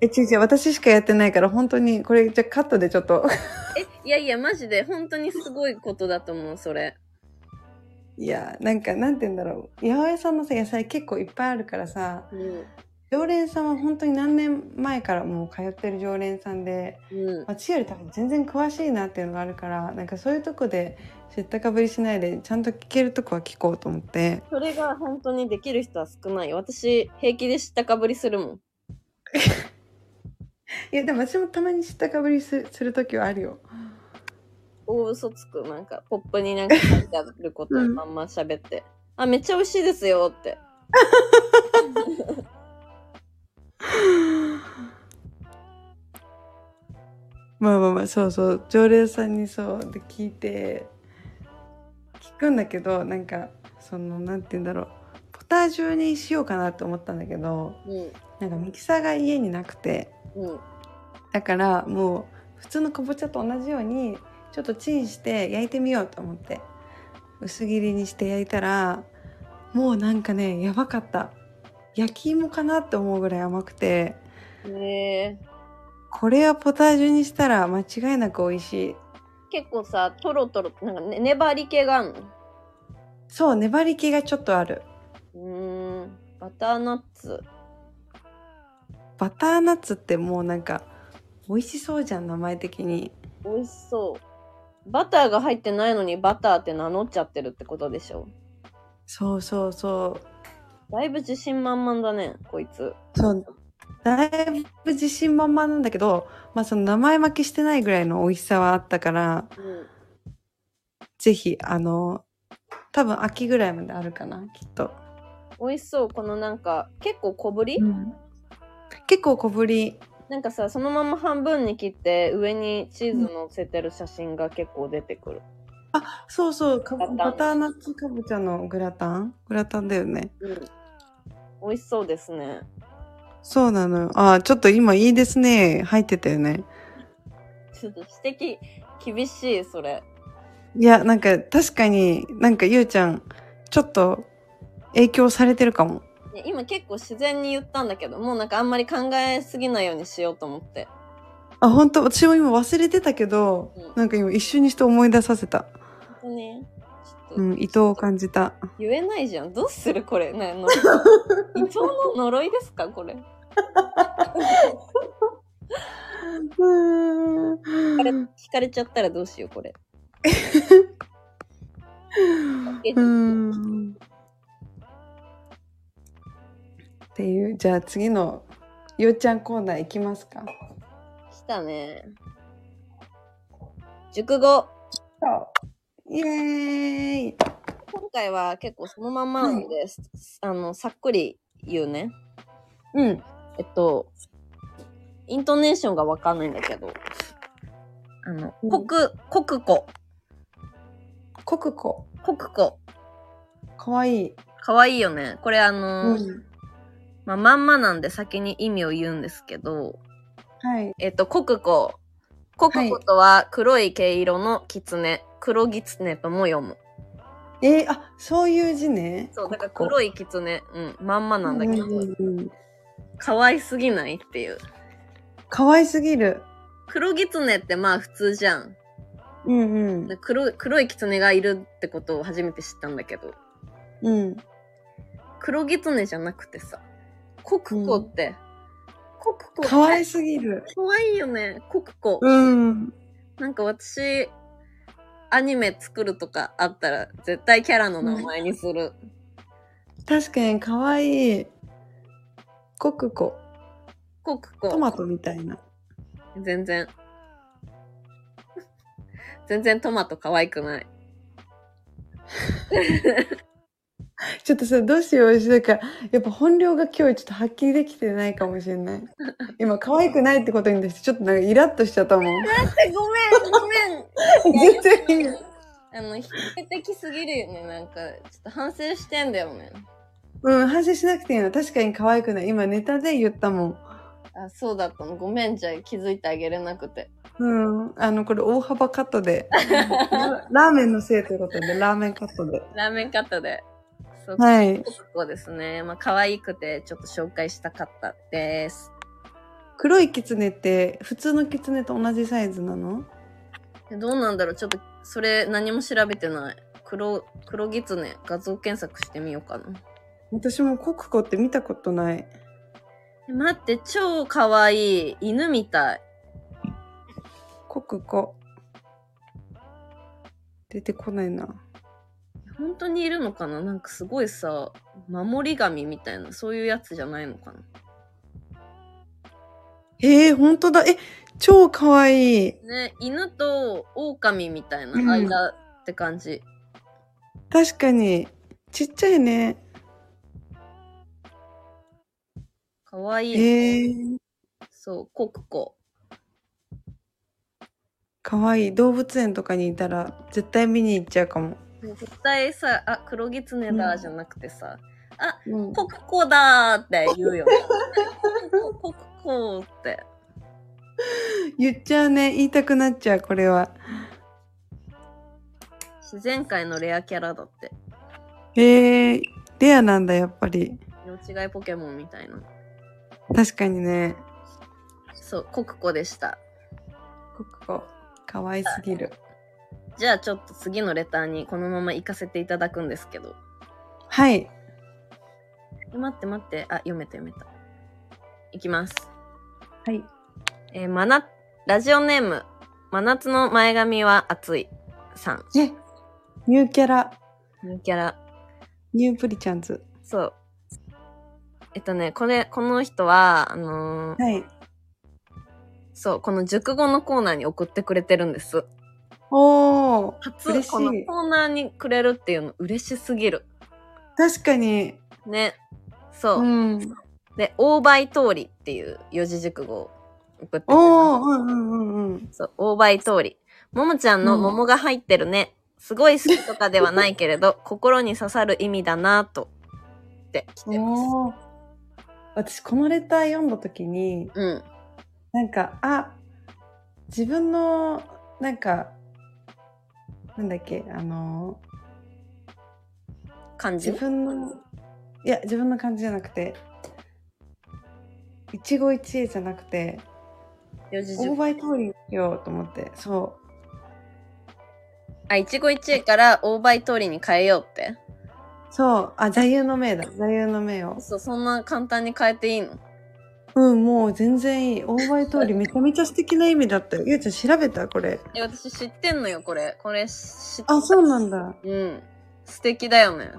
A: え違う違う私しかやってないから本当にこれじゃあカットでちょっと
B: え、いやいや、マジで、本当にすごいことだと思う、それ。
A: いやなんかなんて言うんだろう八百屋さんのさ野菜結構いっぱいあるからさ
B: うん。
A: 常連さんは本当に何年前からもう通ってる常連さんで
B: うん。
A: 私より多分全然詳しいなっていうのがあるからなんかそういうとこで知ったかぶりしないでちゃんと聞けるとこは聞こうと思って
B: それが本当にできる人は少ない。私、平気で知ったかぶりするもん。
A: いやでも私もたまに知ったかぶりすする時はあるよ
B: 大嘘つく、なんか、ポップになんか書いてあることを
A: うん
B: まんま喋って。あ、めっちゃ美味しいですよって。
A: まあまあまあそうそう常連さんにそうで聞いて聞くんだけどなんかそのなんて言うんだろうポタージュにしようかなと思ったんだけど
B: うん。
A: なんかミキサーが家になくて。
B: うん。
A: だからもう普通のかぼちゃと同じようにちょっとチンして焼いてみようと思って薄切りにして焼いたらもうなんかねやばかった焼き芋かなって思うぐらい甘くて
B: ねえ
A: これはポタージュにしたら間違いなく美味しい
B: 結構さ、トロトロ、なんかね、粘り系があるの。
A: そう粘り気がちょっとある
B: うーん。バターナッツ。
A: バターナッツってもうなんか美味しそうじゃん名前的に
B: 美味しそう。バターが入ってないのにバターって名乗っちゃってるってことでしょ。
A: そうそうそう
B: だいぶ自信満々だね、こいつ。
A: そうだいぶ自信満々なんだけど、まあ、その名前負けしてないぐらいの美味しさはあったから
B: うん。
A: ぜひあの多分秋ぐらいまであるかなきっと、
B: 美味しそう。このなんか、結構小ぶり、
A: 結構小ぶり
B: なんかさ、そのまま半分に切って、上にチーズ乗せてる写真が結構出てくる。
A: そうそうか
B: バター
A: バターナッツかぼちゃのグラタングラタンだよね
B: うん。美味しそうですね。
A: そうなのよあちょっと今いいですね入ってたよね
B: ちょっと指摘厳しい、それ。
A: いやなんか確かになんかゆうちゃんちょっと影響されてるかも
B: ね今結構自然に言ったんだけど、もうなんかあんまり考えすぎないようにしようと思って。
A: あ本当私も今忘れてたけど、
B: うん
A: なんか今一瞬にして思い出させた、
B: 本当ね。ちょっと
A: うん、伊藤を感じた
B: 言えないじゃん。どうするこれ。ね、の伊藤の呪いですかこれ。
A: う
B: 聞かれ
A: ーん
B: 聞かれちゃったらどうしよう、これ。
A: うんっていうじゃあ次のゆうちゃんコーナー行きますか
B: 来たね。熟語。
A: イエーイ
B: 今回は結構そのまんまなのです、あの、さっくり言うね。
A: うん
B: えっと、イントネーションがわかんないんだけど、あの、
A: うん
B: 国、国庫、
A: コクコ
B: 国庫。
A: かわいい、
B: かわいいよね。これあ
A: う
B: の、
A: ん、
B: まあ、まんまなんで先に意味を言うんですけど、
A: はい
B: えっと、国庫。国庫とは黒い毛色の狐、黒狐とも読む。
A: えー、あそういう字ね
B: そう、だから
A: コクコ
B: 黒い狐、うん、まんまなんだけど、
A: うんうんうん
B: 可愛すぎないっていう。
A: かわいすぎる
B: 黒狐ってまあ普通じゃん。
A: うんうん
B: で黒い黒い狐がいるってことを初めて知ったんだけど、
A: うん
B: 黒狐じゃなくてさ、国庫って、国庫
A: かわいすぎる
B: 可愛いよね、国庫。
A: うん
B: なんか私、アニメ作るとかあったら絶対キャラの名前にする。
A: 確かにかわいいコクコ
B: 国庫。
A: トマトみたいな
B: 全然。 全然トマト可愛くない。
A: ちょっとさどうしようなんかやっぱ本領が今日ちょっと発揮できてないかもしれない今可愛くないってことに対してちょっとなんかイラッとしちゃった もん
B: ごめん、ごめん。
A: 全然いいよ
B: あの、否定的すぎるよね。なんか、ちょっと反省してんだよね。
A: うん反省しなくていいの確かに可愛くない今ネタで言ったもん
B: あ、そうだったの。ごめん、じゃあ気づいてあげれなくて。
A: うんあのこれ大幅カットでララーメンのせいということでラーメンカットで
B: ラーメンカットで。そう、
A: はい
B: そうですね。まあ、可愛くて、ちょっと紹介したかったです。
A: 黒いキツネって普通のキツネと同じサイズなの
B: でどうなんだろうちょっと、それ何も調べてない。黒、黒ギツネ、画像検索してみようかな。
A: 私もコクコって見たことない
B: え待って、超可愛い。犬みたい。
A: コクコ出てこないな
B: 本当にいるのかななんかすごいさ、守り神みたいな、そういうやつじゃないのかな
A: えー、本当だ。え、超かわいい。
B: ね犬と狼みたい
A: うん
B: な間って感じ、
A: 確かに。ちっちゃいね。
B: かわいい、
A: えー、
B: そうコクコ
A: かわいい。動物園とかにいたら絶対見に行っちゃうかも。
B: 絶対さ「あ黒ギツネだ」
A: うん
B: じゃなくてさ
A: うん
B: 「コクコだ」って言うよね コクココクコって
A: 言っちゃうね。言いたくなっちゃう、これは。
B: 自然界のレアキャラだって
A: えー、レアなんだ、やっぱり。
B: 色違いポケモンみたいな
A: 確かにね。
B: そうコクコでした
A: ここ、かわいすぎる。
B: じゃあちょっと次のレターにこのまま行かせていただくんですけど
A: はい。
B: え待って待ってあ読めた読めたいきます
A: はい。
B: えー、まな、ラジオネーム、真夏の前髪は熱いさん。
A: え、ニューキャラ、
B: ニューキャラ。
A: ニュープリちゃんズ。
B: そう。えっとね、これ、この人は、あのー
A: はい。
B: そう、この熟語のコーナーに送ってくれてるんです。
A: おー、嬉
B: 初、
A: しい
B: このコーナーにくれるっていうの嬉しすぎる。
A: 確かに。
B: ね。そうう。
A: ん。
B: で、大倍通りっていう四字熟語送ってくれた
A: おーうんうんうんうん。
B: そう、大倍通り。ももちゃんの
A: うん
B: 桃が入ってるね。すごい好きとかではないけれど、 心に刺さる意味だなぁと。って来てます。
A: おー私このレター読んだ時に
B: うん。
A: なんかあ自分のなんかなんだっけあの
B: 感じ
A: 自分のいや自分の感じじゃなくて一期一会じゃなくて
B: 四字熟
A: 大倍通りにしようと思ってそ
B: あ、一期一会から大倍通りに変えようって。
A: うそうあ座右の銘だ座右の銘を
B: そう、そんな簡単に変えていいの
A: うんもう全然いい大倍通りめちゃめちゃ素敵な意味だったよゆうちゃん調べたこれ
B: え、私知ってんのよ、これ。これ知って
A: あそうなんだ
B: うん。素敵だよね。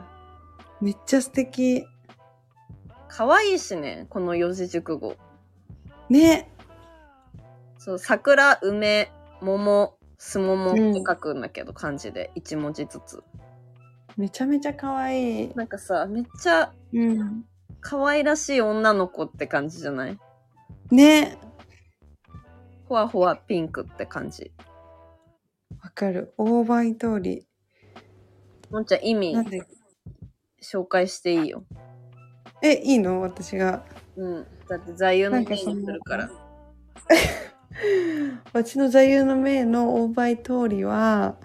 A: めっちゃ素敵
B: 可愛いしね、この四字熟語。
A: ね
B: そう、桜、梅、桃、すももって書くんだけど、漢字で。一文字ずつ。
A: めちゃめちゃ可愛い
B: なんかさ、めっちゃ
A: うん
B: 可愛らしい女の子って感じじゃない
A: ね
B: ほわほわピンクって感じ。
A: わかる大倍通り
B: もんちゃん意味
A: なんで
B: 紹介していいよ。
A: えいいの私が
B: うん。だって座右の銘
A: なん
B: にす
A: かその
B: るから。
A: うちの座右の銘の大倍通りは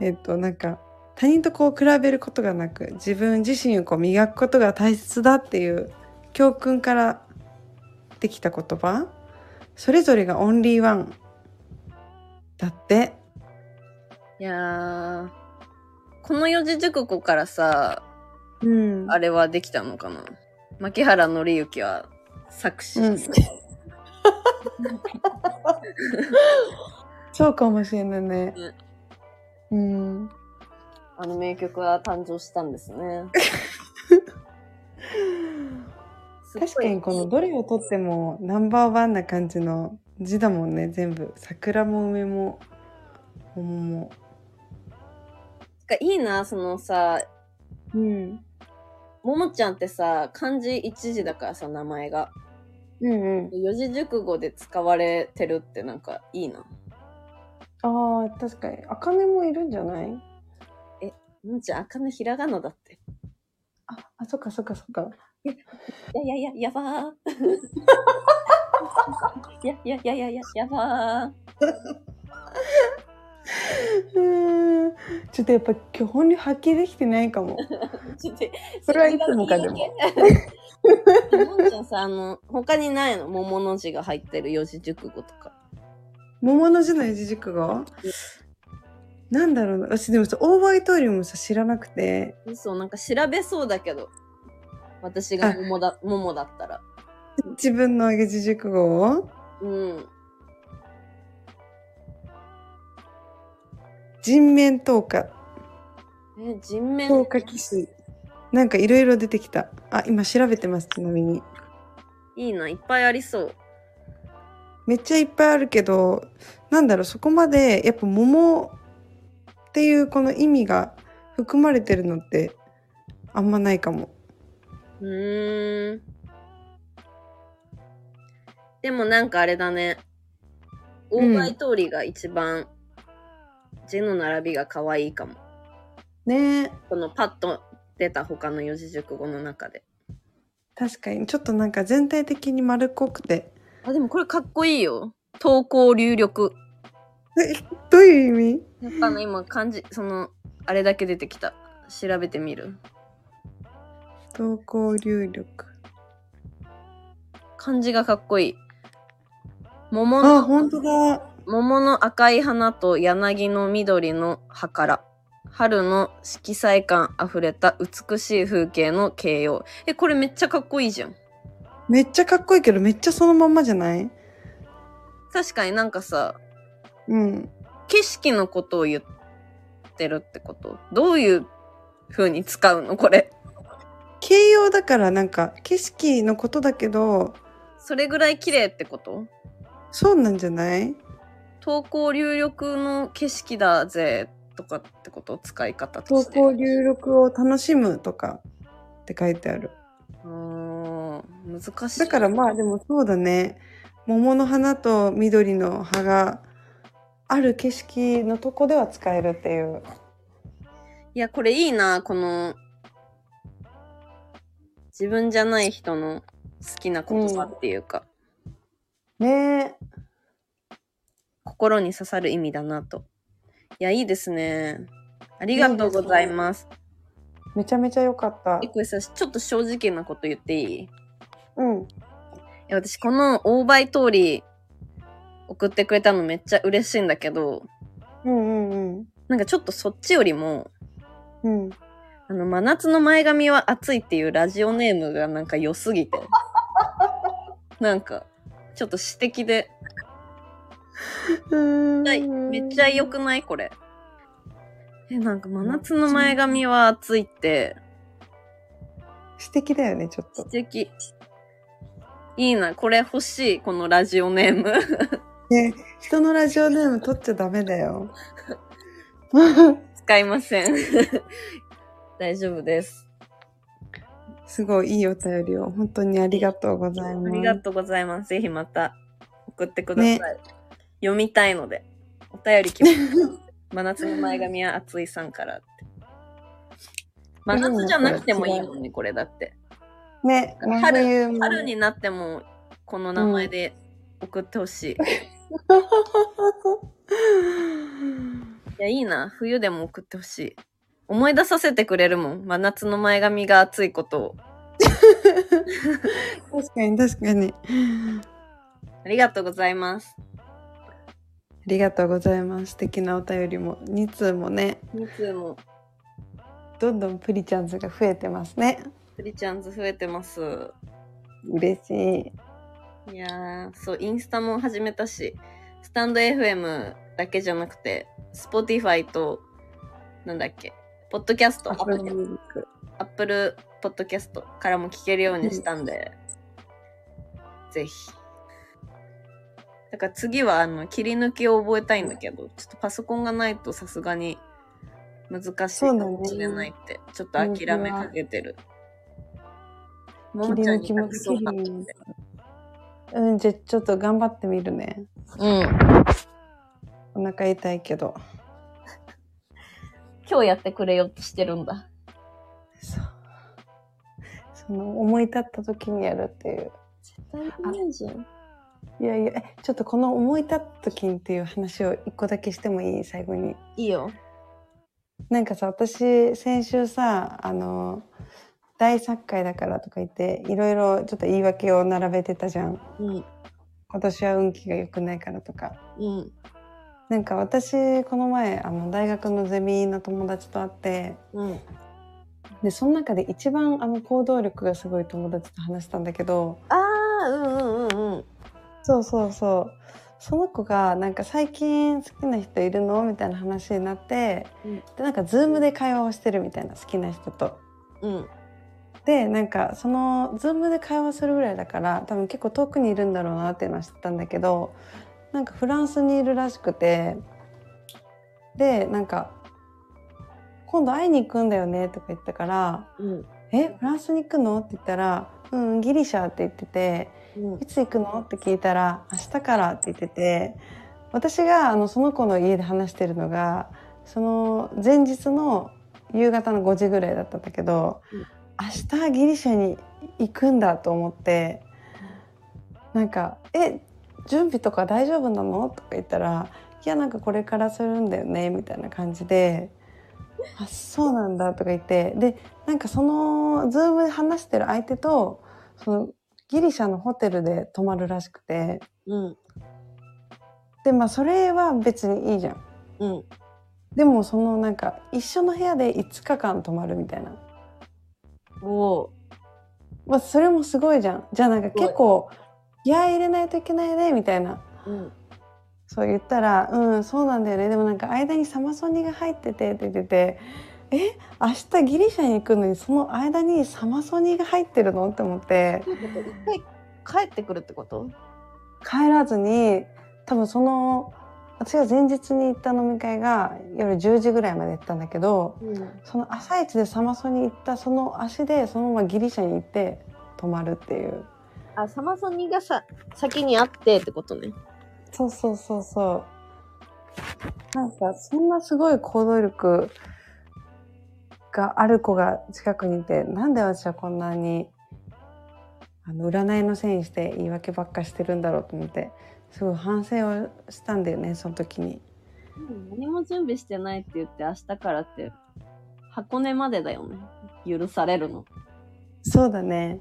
A: えっとなんか他人とこう比べることがなく自分自身をこう磨くことが大切だっていう教訓からできた言葉それぞれがオンリーワンだって
B: いやー。この四字熟語からさ、
A: うん
B: あれはできたのかな牧原紀之は作詞、
A: うんそうかもしれないねうん
B: あの名曲は誕生したんですね。すごい
A: 確かにこのどれをとってもナンバーワンな感じの字だもんね全部桜も梅も桃も
B: なんかいいな、そのさ、
A: うん
B: ももちゃんってさ、漢字一字だからさ、名前が。
A: うんうん
B: 四字熟語で使われてるってなんかいいな。
A: あー確かに茜もいるんじゃない
B: ももちゃん、あかねひらがなだって。
A: ああそっかそっかそっか
B: いやいやいや、やばー。いやいやいやいやいや、やばー。
A: うーんちょっとやっぱ基本に発揮できてないか も
B: ちょっと
A: それはいつもかでも。
B: ももちゃんさ、あの、他にないの桃の字が入ってる四字熟語とか。
A: 桃の字の四字熟語なんだろうな私でもさ大倍通りもさ知らなくて
B: 嘘、なんか調べそうだけど。私が桃だ、桃だったら。
A: 自分の四字熟語を
B: うん。
A: 人面投下
B: え、人面。
A: 強化騎士なんかいろいろ出てきたあ今調べてますちなみに
B: いいな、いっぱいありそう。
A: めっちゃいっぱいあるけどなんだろうそこまでやっぱ桃っていうこの意味が含まれてるのってあんまないかも
B: うーん。でもなんかあれだね。大
A: うん
B: 前通りが一番字の並びが可愛いかも。
A: ねえ
B: このパッと出た他の四字熟語の中で。
A: 確かにちょっとなんか全体的に丸っこくて
B: あ、でもこれかっこいいよ。投稿流力。
A: えどういう意味
B: やっぱね、今漢字、その、あれだけ出てきた。調べてみる。
A: 投稿流力
B: 漢字がかっこいい。桃
A: あ
B: の、
A: 本当だ
B: 桃の赤い花と柳の緑の葉から春の色彩感あふれた美しい風景の形容えこれめっちゃかっこいいじゃん
A: めっちゃかっこいいけどめっちゃそのまんまじゃない
B: 確かになんかさ
A: うん
B: 景色のことを言ってるってことどういう風に使うのこれ
A: 形容だからなんか景色のことだけど
B: それぐらい綺麗ってこと
A: そうなんじゃない
B: 投稿流力の景色だぜとかってこと使い方と
A: 投
B: して
A: 稿流力を楽しむとかって書いてある
B: うーん難しい
A: だからまあでもそうだね桃の花と緑の葉がある景色のとこでは使えるっていう
B: いや、これいいな、この、自分じゃない人の好きな言葉っていうか、
A: ね
B: 心に刺さる意味だなと。いや、いいですね。ありがとうございます。
A: めちゃめちゃ良かった
B: え、これさ、ちょっと正直なこと言っていい
A: うん
B: いや私この大倍通り送ってくれたのめっちゃ嬉しいんだけど
A: うんうん
B: なんかちょっとそっちよりも
A: うんうん
B: あの真夏の前髪は暑いっていうラジオネームがなんか良すぎてなんかちょっと詩的でめっちゃ良くないこれえなんか真夏の前髪は暑いって
A: 素敵だよねちょっ
B: 詩
A: と
B: 的いいなこれ欲しいこのラジオネーム
A: ね人のラジオネーム取っちゃダメだ よ
B: 使いません 大丈夫です
A: すごいいいお便りを本当にありがとうございます
B: ありがとうございます。ぜひまた送ってください。
A: ね
B: 読みたいので。お便り来 ました。真夏の前髪は熱いさんからって。真夏じゃなくてもいいもんね、これだって。
A: ね
B: 春
A: 真冬も
B: 春 になっても、この名前で送ってほしい。いや、いいな。冬でも送ってほしい。思い出させてくれるもん。真夏の前髪が熱いことを。
A: 確かに確かに
B: ありがとうございます。
A: ありがとうございます素敵なお便りも2通もね
B: いつも、
A: どんどんプリちゃんズが増えてますね
B: プリちゃんズ増えてます。
A: 嬉しい
B: いやー、そう、インスタも始めたし、スタンド FM だけじゃなくて、Spotify と、なんだっけ、ポッドキャスト、
A: Apple Music
B: Apple Podcast からも聞けるようにしたんで、ぜひ。だから次は、あの、切り抜きを覚えたいんだけど、ちょっとパソコンがないとさすがに難しいかもしれないって、ちょっと諦めかけてる。もも
A: 切り
B: ちゃん
A: 抜
B: に
A: きも
B: 託
A: で
B: そうかな
A: きるうんじゃあちょっと頑張ってみるね
B: うん。
A: お腹痛いけど
B: 今日やってくれようとしてるんだ。
A: そうその思い立った時にやるっていう
B: 絶対ないじゃん。
A: いやいやえちょっとこの思い立った時にっていう話を一個だけしてもいい最後に
B: いいよ。
A: なんかさ私先週さあの大作会だからとか言っていろいろちょっと言い訳を並べてたじゃん
B: うん。
A: 今年は運気が良くないからとか
B: うん。
A: なんか私この前あの大学のゼミの友達と会って
B: うん。
A: でその中で一番あの行動力がすごい友達と話したんだけど
B: ああ、うんうんうんうん。
A: そうそうそうその子がなんか最近好きな人いるのみたいな話になって、
B: うん
A: でなんかズームで会話をしてるみたいな好きな人と。
B: うん。
A: でなんかそのズームで会話するぐらいだから多分結構遠くにいるんだろうなっていうのは知ってたんだけどなんかフランスにいるらしくてでなんか「今度会いに行くんだよね」とか言ったから
B: うん。
A: 「えフランスに行くの?」って言ったら「うんギリシャ」って言ってて
B: うん
A: 「いつ行くの?」って聞いたら「明日から」って言ってて私があのその子の家で話してるのがその前日の夕方の5時ぐらいだったんだけど、
B: うん
A: 明日ギリシャに行くんだと思ってなんか「え準備とか大丈夫なの?」とか言ったら「いやなんかこれからするんだよね」みたいな感じで「あそうなんだ」とか言ってでなんかそのズームで話してる相手とそのギリシャのホテルで泊まるらしくて
B: うん。
A: でまあそれは別にいいじゃん。
B: うん。
A: でもそのなんか一緒の部屋で5日間泊まるみたいな、
B: おお。
A: まあ、それもすごいじゃんじゃあなんか結構気合い入れないといけないねみたいな
B: うん。
A: そう言ったら「うんそうなんだよねでもなんか間にサマソニが入ってて」って言ってて「え明日ギリシャに行くのにその間にサマソニが入ってるの?」って思って
B: 一回帰ってくるってこと
A: 帰らずに多分その私が前日に行った飲み会が夜10時ぐらいまで行ったんだけど
B: うん。
A: その朝一でサマソに行ったその足でそのままギリシャに行って泊まるっていう
B: あ、サマソニがさ、先にあってってことね。
A: そうそうそうそう。なんか、そんなすごい行動力がある子が近くにいて、なんで私はこんなに、あの、占いのせいにして言い訳ばっかしてるんだろうと思って、すごい反省をしたんだよね、その時に。
B: 何も準備してないって言って明日からって、箱根までだよね。許されるの。
A: そうだね。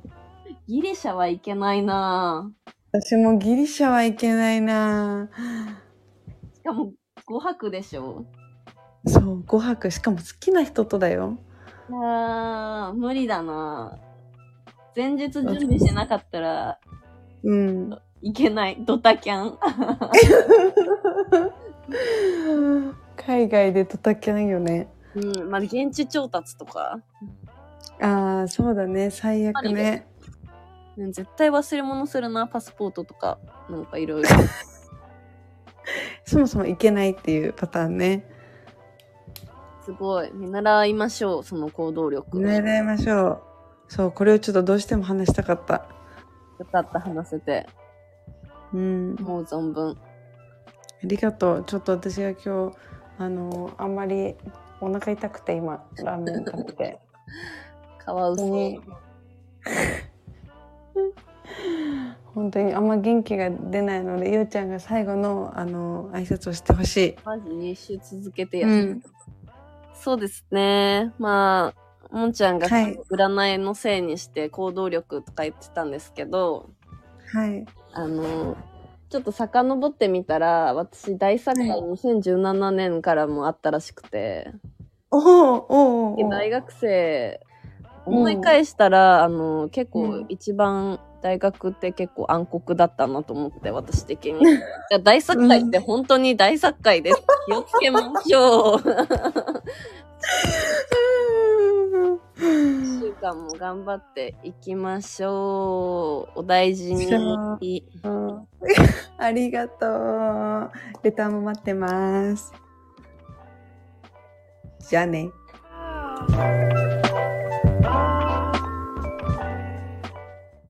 B: ギリシャはいけないなぁ。
A: 私もギリシャはいけないな
B: しかも5泊でしょ。
A: ぁそう、5泊。しかも好きな人とだよ。
B: あー、無理だなぁ。前日準備しなかったら
A: うん。
B: いけない。ドタキャン。
A: 海外で叩けないよね。
B: うん、まあ、現地調達とか。
A: ああ、そうだね。最悪ね。
B: うん絶対忘れ物するな、パスポートとか。なんかい ろいろ。
A: そもそも行けないっていうパターンね。
B: すごい。見習いましょう、その行動力。
A: 狙いましょう。そう、これをちょっとどうしても話したかった。
B: よかった、話せて。
A: うん。あ
B: もう存分。
A: りがとう。ちょっと私が今日、あの、あんまりお腹痛くて今、ラーメン食べて。
B: カワウソ。
A: 本本当にあんま元気が出ないので、ゆうちゃんが最後の、あの、挨拶をしてほし
B: マジ2週続けて
A: い。
B: やる。そうですね。まあ、もんちゃんが
A: はい
B: 占いのせいにして行動力とか言ってたんですけど、
A: はい。
B: あの、ちょっと遡ってみたら、私大作会
A: はい
B: 2017年からもあったらしくて、
A: おおおうおうおう
B: 大学生
A: うん
B: 思い返したら、あの結
A: う
B: 構
A: ん
B: 一番大学って結構暗黒だったなと思って私的 にいや大作会って本当に大作会です気をつけましょう 一週間も頑張っていきましょうお大事
A: そう
B: に
A: うんありがとう。レターも待ってます。じゃあね。
C: Oh.